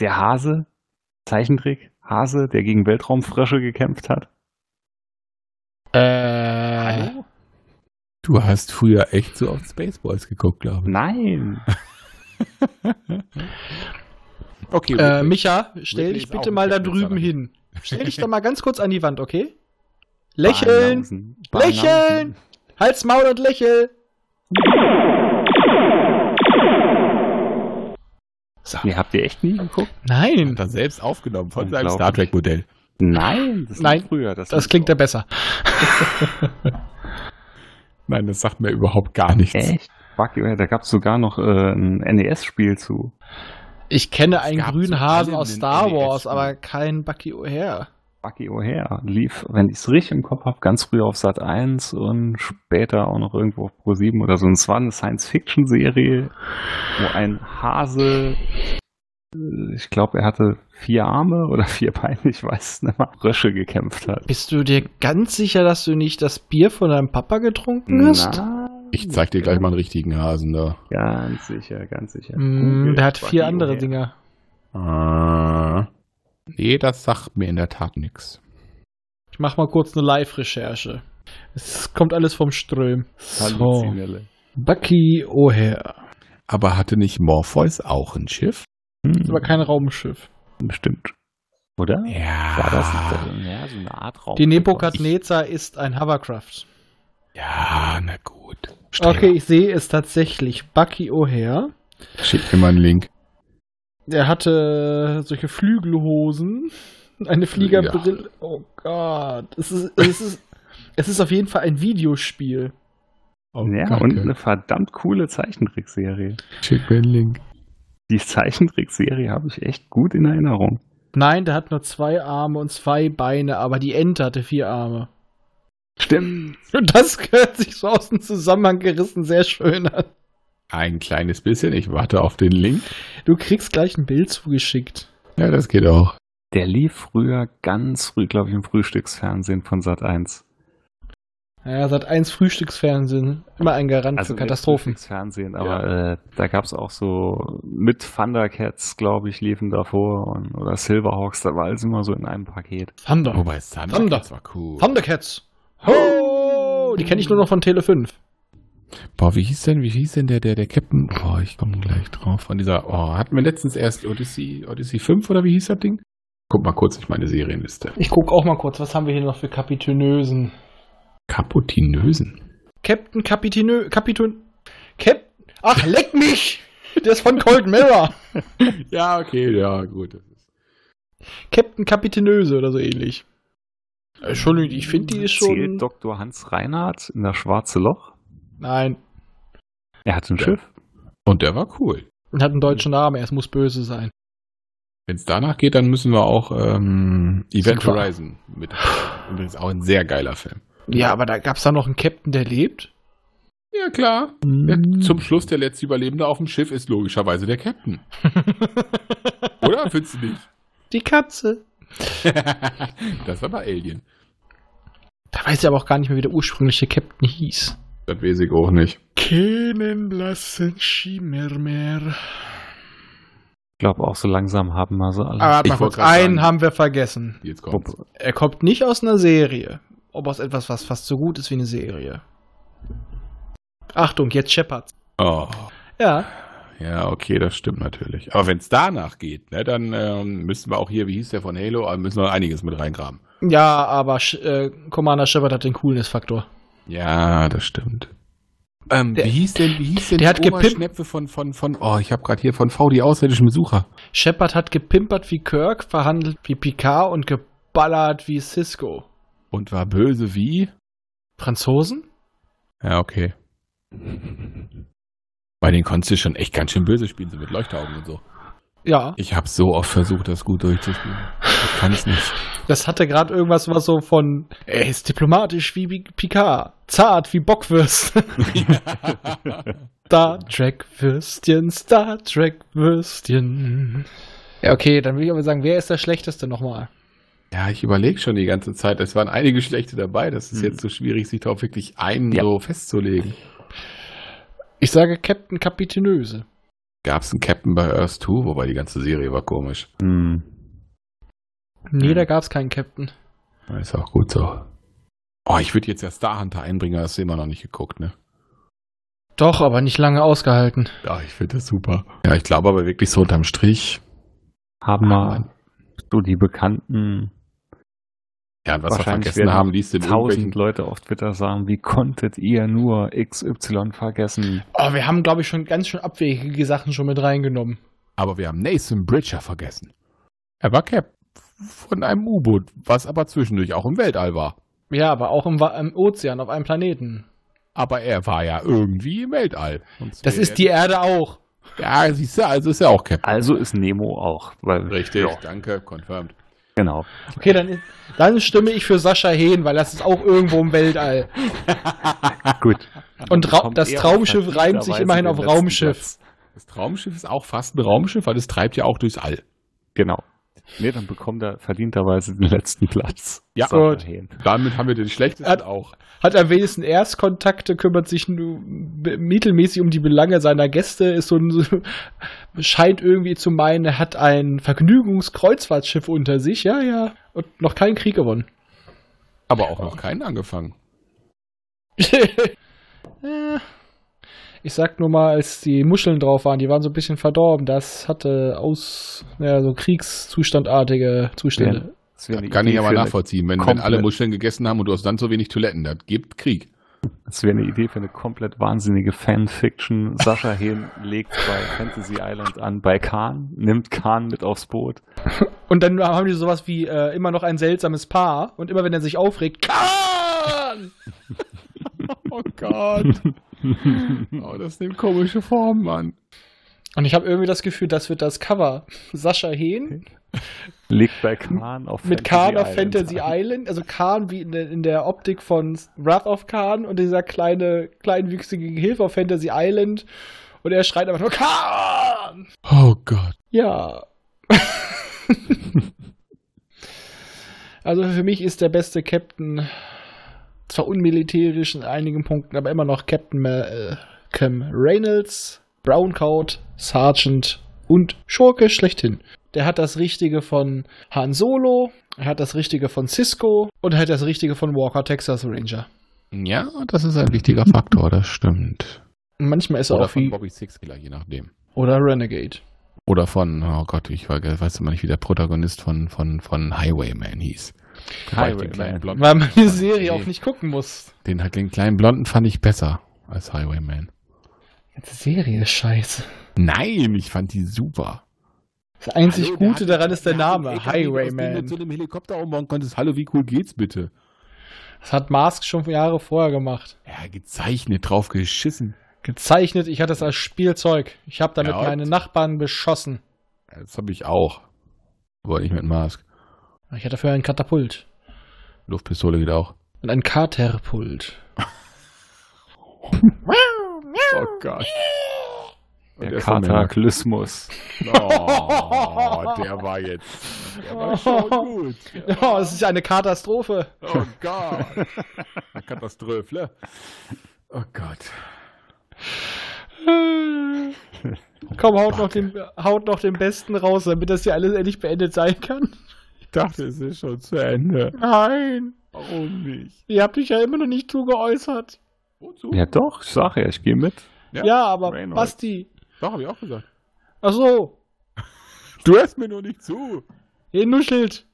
Speaker 2: Der Hase? Zeichentrick? Hase, der gegen Weltraumfrösche gekämpft hat?
Speaker 1: Äh,
Speaker 3: Du hast früher echt so oft Spaceballs geguckt, glaube
Speaker 2: Nein!
Speaker 3: ich. Okay,
Speaker 1: äh,
Speaker 3: Ripley.
Speaker 1: Micha, stell
Speaker 3: Ripley
Speaker 1: dich
Speaker 3: ist auch
Speaker 1: bitte
Speaker 3: ein
Speaker 1: mal da
Speaker 3: Captain,
Speaker 1: drüben
Speaker 3: sag ich.
Speaker 1: hin. Stell dich da mal ganz kurz an die Wand, okay? Lächeln!
Speaker 2: Banausen.
Speaker 1: Lächeln! Hals, Maul und lächel! So.
Speaker 2: Nee, habt ihr echt nie geguckt?
Speaker 1: Nein,
Speaker 3: Hat er selbst aufgenommen von seinem
Speaker 2: Unglaublich.
Speaker 3: Star Trek Modell.
Speaker 2: Nein, das
Speaker 1: Nein,
Speaker 2: lief früher. Das,
Speaker 1: das
Speaker 2: lief
Speaker 1: klingt ja besser.
Speaker 3: Nein, das sagt mir überhaupt gar nichts.
Speaker 2: Echt? Fuck, ja, da gab es sogar noch äh, ein NES-Spiel zu.
Speaker 1: Ich kenne einen
Speaker 3: gab
Speaker 1: grünen
Speaker 3: zu
Speaker 1: Hasen
Speaker 3: allem
Speaker 1: aus
Speaker 3: ein
Speaker 1: Star Wars,
Speaker 3: NES-Spiel.
Speaker 1: aber keinen Bucky O'Hare.
Speaker 2: Bucky O'Hare lief, wenn ich es richtig im Kopf habe, ganz früh auf Sat 1 und später auch noch irgendwo auf Pro 7 oder so. Und es war eine Science-Fiction-Serie, wo ein Hase, äh, ich glaube, er hatte vier Arme oder vier Beine, ich weiß es nicht mehr, Rösche gekämpft hat.
Speaker 1: Bist du dir ganz sicher, dass du nicht das Bier von deinem Papa getrunken hast?
Speaker 2: Nein,
Speaker 3: Ich zeig dir gleich mal einen richtigen Hasen da.
Speaker 2: Ganz sicher, ganz sicher.
Speaker 1: Mm,
Speaker 2: Google
Speaker 1: der hat vier
Speaker 2: Bucky
Speaker 1: andere
Speaker 2: O'Hare.
Speaker 1: Dinger.
Speaker 3: Ah. Nee, das sagt mir in der Tat nichts.
Speaker 1: Ich mach mal kurz eine Live-Recherche. Es kommt alles vom Ström. So.
Speaker 2: Halluzinelle.
Speaker 1: Bucky O'Hare.
Speaker 3: Aber hatte nicht Morpheus auch ein Schiff?
Speaker 1: Ist aber kein Raumschiff.
Speaker 2: Bestimmt. Oder?
Speaker 3: Ja.
Speaker 2: War das ja, so eine Art Raum?
Speaker 1: Die Nebukadnezar ist ein Hovercraft.
Speaker 3: Ja, na gut.
Speaker 1: Okay, ich sehe es tatsächlich. Bucky O'Hare.
Speaker 3: Schick mir mal einen Link.
Speaker 1: Der hatte solche Flügelhosen, eine Fliegerbrille. Oh Gott. Es ist, es, ist, [LAUGHS] es ist auf jeden Fall ein Videospiel.
Speaker 3: Oh,
Speaker 2: Ja,
Speaker 3: Gott,
Speaker 2: und eine verdammt coole Zeichentrickserie.
Speaker 3: Schick mir einen Link.
Speaker 2: Die Zeichentrickserie habe ich echt gut in Erinnerung.
Speaker 1: Nein, der hat nur zwei Arme und zwei Beine, aber die Ente hatte vier Arme. [LAUGHS]
Speaker 2: Stimmt.
Speaker 1: Und das gehört sich so aus dem Zusammenhang gerissen sehr schön an.
Speaker 3: Ein kleines bisschen. Ich warte auf den Link.
Speaker 1: Du kriegst gleich ein Bild zugeschickt.
Speaker 3: Ja, das geht auch.
Speaker 2: Der lief früher ganz früh, glaube ich, im Frühstücksfernsehen von Sat 1.
Speaker 1: Ja, seit eins Frühstücksfernsehen. Immer ein Garant
Speaker 2: Also
Speaker 1: für Katastrophen.
Speaker 2: Fernsehen, äh, aber äh, da gab es auch so mit Thundercats, glaube ich, liefen davor und, oder Silverhawks, da war alles immer so in einem Paket.
Speaker 1: Thunder.
Speaker 3: Wobei Thunder,
Speaker 1: Thunder.
Speaker 3: war cool.
Speaker 1: Thundercats. Ho! Die kenne ich nur noch von Tele 5.
Speaker 3: Boah, wie hieß denn, wie hieß denn der, der, der Captain? Boah, ich komme gleich drauf. Von dieser, oh, hatten wir letztens erst Odyssey, Odyssey 5 oder wie hieß das Ding? Guck mal kurz durch meine Serienliste.
Speaker 1: Ich gucke auch mal kurz, was haben wir hier noch für Kapitinösen?
Speaker 3: Kaputinösen.
Speaker 1: Captain Kapitinö, Kapitän, Cap, ach, leck mich! Der ist von Cold Mirror.
Speaker 3: Ja, okay, ja, gut. Das ist-
Speaker 1: [LAUGHS] Captain Kapitinöse oder so ähnlich. Äh, Entschuldigung, ich finde die ist schon.
Speaker 2: Zählt Dr. Hans Reinhardt in das Schwarze Loch?
Speaker 1: Nein,
Speaker 2: Er hat ein
Speaker 3: Ja.
Speaker 2: Schiff.
Speaker 3: Und der war cool.
Speaker 1: und hat einen deutschen Namen, er muss böse sein.
Speaker 3: Wenn es danach geht, dann müssen wir auch ähm, Event
Speaker 1: Super.
Speaker 3: Horizon mit. Übrigens auch ein sehr geiler Film.
Speaker 1: Ja, aber da gab's da noch einen Captain, der lebt?
Speaker 3: Ja, klar. Ja,
Speaker 1: Mhm.
Speaker 3: zum Schluss der letzte Überlebende auf dem Schiff ist logischerweise der Captain. Oder? Findest du nicht?
Speaker 1: [LAUGHS]
Speaker 3: [LAUGHS]
Speaker 1: die Katze.
Speaker 3: das war bei Alien.
Speaker 1: Da weiß ich aber auch gar nicht mehr, wie der ursprüngliche Captain hieß.
Speaker 3: Das weiß ich auch nicht.
Speaker 1: Kennen lassen Schimmer mehr.
Speaker 2: Ich glaube auch so langsam haben wir so alle.
Speaker 1: Aber warte
Speaker 3: Ich
Speaker 1: mal
Speaker 3: wollt
Speaker 1: kurz,
Speaker 3: grad
Speaker 1: einen
Speaker 3: sagen.
Speaker 1: haben wir vergessen.
Speaker 3: Jetzt kommt's.
Speaker 1: Er kommt nicht aus einer Serie, aber aus etwas, was fast so gut ist wie eine Serie. Achtung, jetzt Shepard.
Speaker 3: Oh.
Speaker 1: Ja,
Speaker 3: Ja, okay, das stimmt natürlich. Aber wenn es danach geht, ne, dann ähm, müssen wir auch hier, wie hieß der von Halo, äh, müssen wir einiges mit reingraben.
Speaker 1: ja, aber Sh äh, Commander Shepard hat den Coolness-Faktor.
Speaker 3: Ja, das stimmt. Ähm,
Speaker 1: Der-
Speaker 3: wie hieß denn, wie hieß denn
Speaker 1: der hat gepimpt.
Speaker 3: Oberschnäpfe von, von, von, oh, ich habe gerade hier von V die ausländischen Besucher.
Speaker 1: Shepard hat gepimpert wie Kirk, verhandelt wie Picard und geballert wie Cisco.
Speaker 3: Und war böse wie?
Speaker 1: Franzosen?
Speaker 3: Ja, okay. Bei den konntest du schon echt ganz schön böse spielen, so mit Leuchtaugen und so.
Speaker 1: Ja,
Speaker 3: Ich habe so oft versucht, das gut durchzuspielen. Ich kann es nicht. [LAUGHS]
Speaker 1: das hatte gerade irgendwas, was so von, er ist diplomatisch wie Bi- Picard, zart wie Bockwürst. Star Trek Würstchen, Star Trek Würstchen. Ja, okay, dann will ich aber sagen, wer ist der Schlechteste nochmal?
Speaker 3: Ja, ich überlege schon die ganze Zeit. Es waren einige schlechte dabei. Das ist
Speaker 2: Hm.
Speaker 3: jetzt so schwierig, sich darauf wirklich einen
Speaker 2: Ja.
Speaker 3: so festzulegen.
Speaker 1: Ich sage Captain Kapitinöse.
Speaker 3: Gab es einen Captain bei Earth 2? Wobei die ganze Serie war komisch.
Speaker 2: Hm.
Speaker 1: Nee,
Speaker 2: Hm.
Speaker 1: da gab's keinen Captain.
Speaker 3: Ja, Ist auch gut so. Oh, ich würde jetzt ja Star Hunter einbringen, aber das hast du immer noch nicht geguckt, ne?
Speaker 1: Doch, aber nicht lange ausgehalten.
Speaker 3: Ja, ich finde das super. Ja, ich glaube aber wirklich so unterm Strich.
Speaker 2: Haben wir so die bekannten
Speaker 3: Ja, was wir
Speaker 2: Wahrscheinlich
Speaker 3: vergessen
Speaker 2: werden
Speaker 3: haben, liest in irgendwelchen
Speaker 2: Tausend Leute auf Twitter sagen, wie konntet ihr nur XY vergessen?
Speaker 1: Oh, wir haben, glaube ich, schon ganz schön abwegige Sachen schon mit reingenommen.
Speaker 3: Aber wir haben Nathan Bridger vergessen. Er war Cap von einem U-Boot, was aber zwischendurch auch im Weltall war.
Speaker 1: Ja, aber auch im, Wa- im Ozean, auf einem Planeten.
Speaker 3: Aber er war ja irgendwie im Weltall. Und
Speaker 1: Das
Speaker 3: wir-
Speaker 1: ist die Erde auch.
Speaker 3: Ja, siehst du, also ist er auch Cap.
Speaker 2: Also ist Nemo auch. Weil, Ja,
Speaker 3: danke, confirmed.
Speaker 2: genau.
Speaker 1: Okay, dann, dann stimme ich für Sascha Hehn, weil das ist auch irgendwo im Weltall.
Speaker 2: Gut.
Speaker 1: Und Ra
Speaker 2: Kommt
Speaker 1: das
Speaker 2: eher
Speaker 1: Traumschiff
Speaker 2: verdienterweise
Speaker 1: reimt sich immerhin
Speaker 2: den
Speaker 1: auf
Speaker 2: letzten
Speaker 1: Raumschiff.
Speaker 2: Platz.
Speaker 3: Das Traumschiff ist auch fast ein Raumschiff, weil es treibt ja auch durchs All.
Speaker 2: Genau. Nee, dann bekommt er verdienterweise den letzten Platz.
Speaker 3: Ja,
Speaker 2: Sag
Speaker 1: gut.
Speaker 2: mal hin.
Speaker 3: Damit haben wir den schlechtesten
Speaker 1: Hat-
Speaker 3: auch.
Speaker 1: Hat am wenigsten Erstkontakte, kümmert sich nur be- mittelmäßig um die Belange seiner Gäste, ist so ein, so, scheint irgendwie zu meinen, er hat ein Vergnügungskreuzfahrtschiff unter sich, ja, ja. Und noch keinen Krieg gewonnen.
Speaker 3: Aber auch noch keinen angefangen.
Speaker 1: Ja. Äh, ich sag nur mal, als die Muscheln drauf waren, die waren so ein bisschen verdorben. Das hatte aus, ja, so Kriegszustandartige Zustände.
Speaker 2: Das wäre eine
Speaker 3: Kann ich
Speaker 2: Idee
Speaker 3: aber
Speaker 2: für eine-
Speaker 3: nachvollziehen, wenn, wenn
Speaker 2: komplett-
Speaker 3: alle Muscheln gegessen haben und du hast dann so wenig Toiletten, das gibt Krieg.
Speaker 2: Das wäre eine Idee für eine komplett wahnsinnige Fanfiction. Sascha Hehn legt bei Fantasy Island an bei Kahn, nimmt Kahn mit aufs Boot.
Speaker 1: Und dann haben die sowas wie äh, immer noch ein seltsames Paar und immer wenn er sich aufregt, Kahn!
Speaker 3: Oh [LAUGHS] Gott. oh, das nimmt komische Formen an.
Speaker 1: Und ich habe irgendwie das Gefühl, das wird das Cover. Sascha Hehn
Speaker 2: Legt bei Kahn auf
Speaker 1: mit Kahn auf Fantasy Island, also Kahn wie in, der- in der Optik von Wrath of Kahn und dieser kleine, kleinwüchsige Hilfe auf Fantasy Island und er schreit einfach nur Kahn!
Speaker 3: Oh Gott.
Speaker 1: Ja. [LAUGHS] also für mich ist der beste Captain zwar unmilitärisch in einigen Punkten, aber immer noch Captain Malcolm Reynolds, Browncoat, Sergeant und Schurke schlechthin. Der hat das Richtige von Han Solo, er hat das Richtige von Cisco und er hat das Richtige von Walker Texas Ranger.
Speaker 3: Ja, das ist ein wichtiger Faktor, das stimmt.
Speaker 1: Und manchmal ist er
Speaker 3: Oder
Speaker 1: auch
Speaker 3: von
Speaker 1: wie
Speaker 3: Bobby Sixkiller, je nachdem.
Speaker 1: oder Renegade.
Speaker 3: Oder von, oh Gott, ich war- weiß immer nicht, wie der Protagonist von, von, von Highwayman hieß. Wobei ich Den kleinen,
Speaker 2: Highwayman.
Speaker 3: Blonden,
Speaker 1: Weil man die Serie
Speaker 3: Nee.
Speaker 1: auch nicht gucken muss.
Speaker 3: den, den kleinen Blonden fand ich besser als Highwayman.
Speaker 1: Die Serie ist scheiße.
Speaker 3: Nein, ich fand die super.
Speaker 1: Das einzig
Speaker 3: Hallo, der
Speaker 1: Gute
Speaker 3: hat-
Speaker 1: daran ist der
Speaker 3: der hat
Speaker 1: Name,
Speaker 3: einen LKW, aus dem du Zu
Speaker 1: Highwayman.
Speaker 3: einem Helikopter umbauen konntest. Hallo, wie cool geht's bitte?
Speaker 1: Das hat Mask schon Jahre vorher gemacht.
Speaker 3: Ja, gezeichnet, drauf geschissen.
Speaker 1: Gezeichnet, ich hatte es als Spielzeug. Ich habe damit
Speaker 3: Ja, und-
Speaker 1: meine Nachbarn beschossen.
Speaker 3: Ja, Das habe ich auch. Aber nicht mit Mask.
Speaker 1: Ich hatte dafür einen Katapult
Speaker 3: Luftpistole geht auch.
Speaker 1: und einen Katerpult. [LAUGHS]
Speaker 3: Oh Gott.
Speaker 2: Der Kataklysmus.
Speaker 3: Oh, der war jetzt. Der war [LAUGHS] schon gut.
Speaker 1: Oh, es ist eine Katastrophe.
Speaker 3: [LAUGHS] Oh Gott. Eine Katastrophe. ne? Oh Gott.
Speaker 1: Komm, haut noch, den, haut noch den Besten raus, damit das hier alles endlich beendet sein kann.
Speaker 3: Ich dachte, es ist schon zu Ende.
Speaker 1: Nein,
Speaker 3: Warum nicht?
Speaker 1: ihr habt euch ja immer noch nicht zugeäußert.
Speaker 3: Wozu?
Speaker 2: Ja doch, ich sage ja, ich gehe mit.
Speaker 1: Ja, aber
Speaker 2: Reynolds.
Speaker 1: Basti.
Speaker 3: Doch, habe ich auch gesagt.
Speaker 1: Ach so,
Speaker 3: Du hörst mir nur nicht zu.
Speaker 1: ihr nuschelt.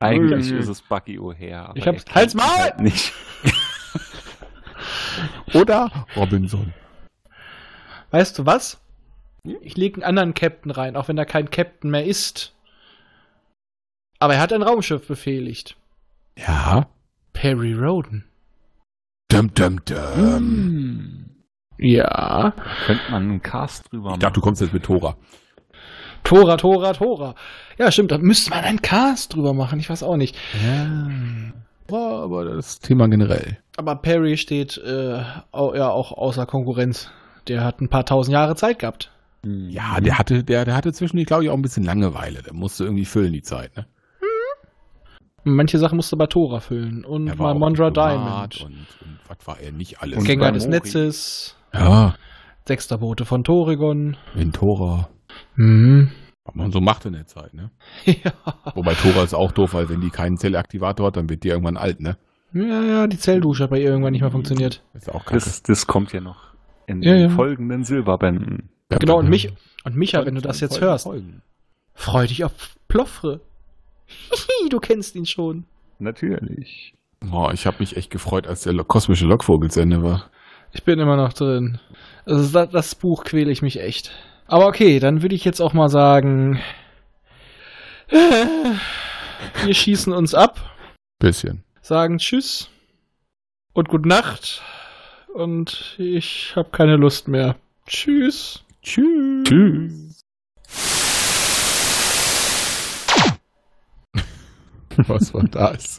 Speaker 2: Eigentlich
Speaker 3: Mhm.
Speaker 2: ist es Bucky O'Hare. aber
Speaker 1: Ich hab's.
Speaker 2: er kennt
Speaker 1: Halt's
Speaker 2: ihn
Speaker 1: Maul!
Speaker 2: Halt nicht. [LAUGHS]
Speaker 3: Oder Robinson.
Speaker 1: Weißt du was? Ich lege einen anderen Captain rein, auch wenn er kein Captain mehr ist. Aber er hat ein Raumschiff befehligt.
Speaker 3: Ja.
Speaker 1: Perry Roden.
Speaker 3: Dum, dum, dum.
Speaker 1: Ja.
Speaker 2: Könnte man einen Cast drüber
Speaker 3: Ich dachte, du kommst jetzt mit Tora.
Speaker 1: Tora, Tora, Tora. Ja, stimmt, da müsste man einen Cast drüber machen, ich weiß auch nicht.
Speaker 3: Ja. Boah, aber das Thema generell.
Speaker 1: Aber Perry steht äh, au- ja auch außer Konkurrenz. Der hat ein paar tausend Jahre Zeit gehabt. Hm.
Speaker 2: machen.
Speaker 3: Ja, der hatte, der, der hatte zwischendurch, glaube ich, auch ein bisschen Langeweile. Der musste irgendwie füllen, die Zeit, ne?
Speaker 1: Manche Sachen musste bei Tora füllen. Und
Speaker 3: Der
Speaker 1: mal
Speaker 3: auch
Speaker 1: Mondra
Speaker 3: Diplomat
Speaker 1: Hm, Diamond.
Speaker 3: Und, und was war er nicht alles?
Speaker 2: Und
Speaker 1: Gänger
Speaker 2: bei
Speaker 1: des
Speaker 2: Mori.
Speaker 1: Netzes.
Speaker 3: Ja,
Speaker 1: Sechsterboote von Toregon.
Speaker 3: Ventora.
Speaker 1: Mhm.
Speaker 3: Was man so macht in der Zeit, ne?
Speaker 1: [LAUGHS] ja.
Speaker 3: Wobei Tora ist auch doof, weil wenn die keinen Zellaktivator hat, dann wird die irgendwann alt, ne?
Speaker 1: Ja, ja, die Zelldusche hat bei ihr irgendwann nicht mehr funktioniert.
Speaker 3: Ist auch kacke.
Speaker 2: Das, das kommt ja noch in
Speaker 1: Ja, ja.
Speaker 2: den folgenden Silberbänden.
Speaker 1: Genau, und mich, und Micha, wenn du das jetzt hörst,
Speaker 3: Folgen.
Speaker 1: freu dich auf Ploffre. Hihi, du kennst ihn schon.
Speaker 2: Natürlich.
Speaker 3: Oh, ich habe mich echt gefreut, als der Lo- kosmische Lockvogel zu Ende war.
Speaker 1: Ich bin immer noch drin. Also das, das Buch quäle ich mich echt. Aber okay, dann würde ich jetzt auch mal sagen, wir schießen uns ab,
Speaker 3: Bisschen.
Speaker 1: sagen Tschüss und Gute Nacht und ich habe keine Lust mehr. Tschüss.
Speaker 2: Tschüss.
Speaker 3: Tschüss. [LAUGHS] Was war das?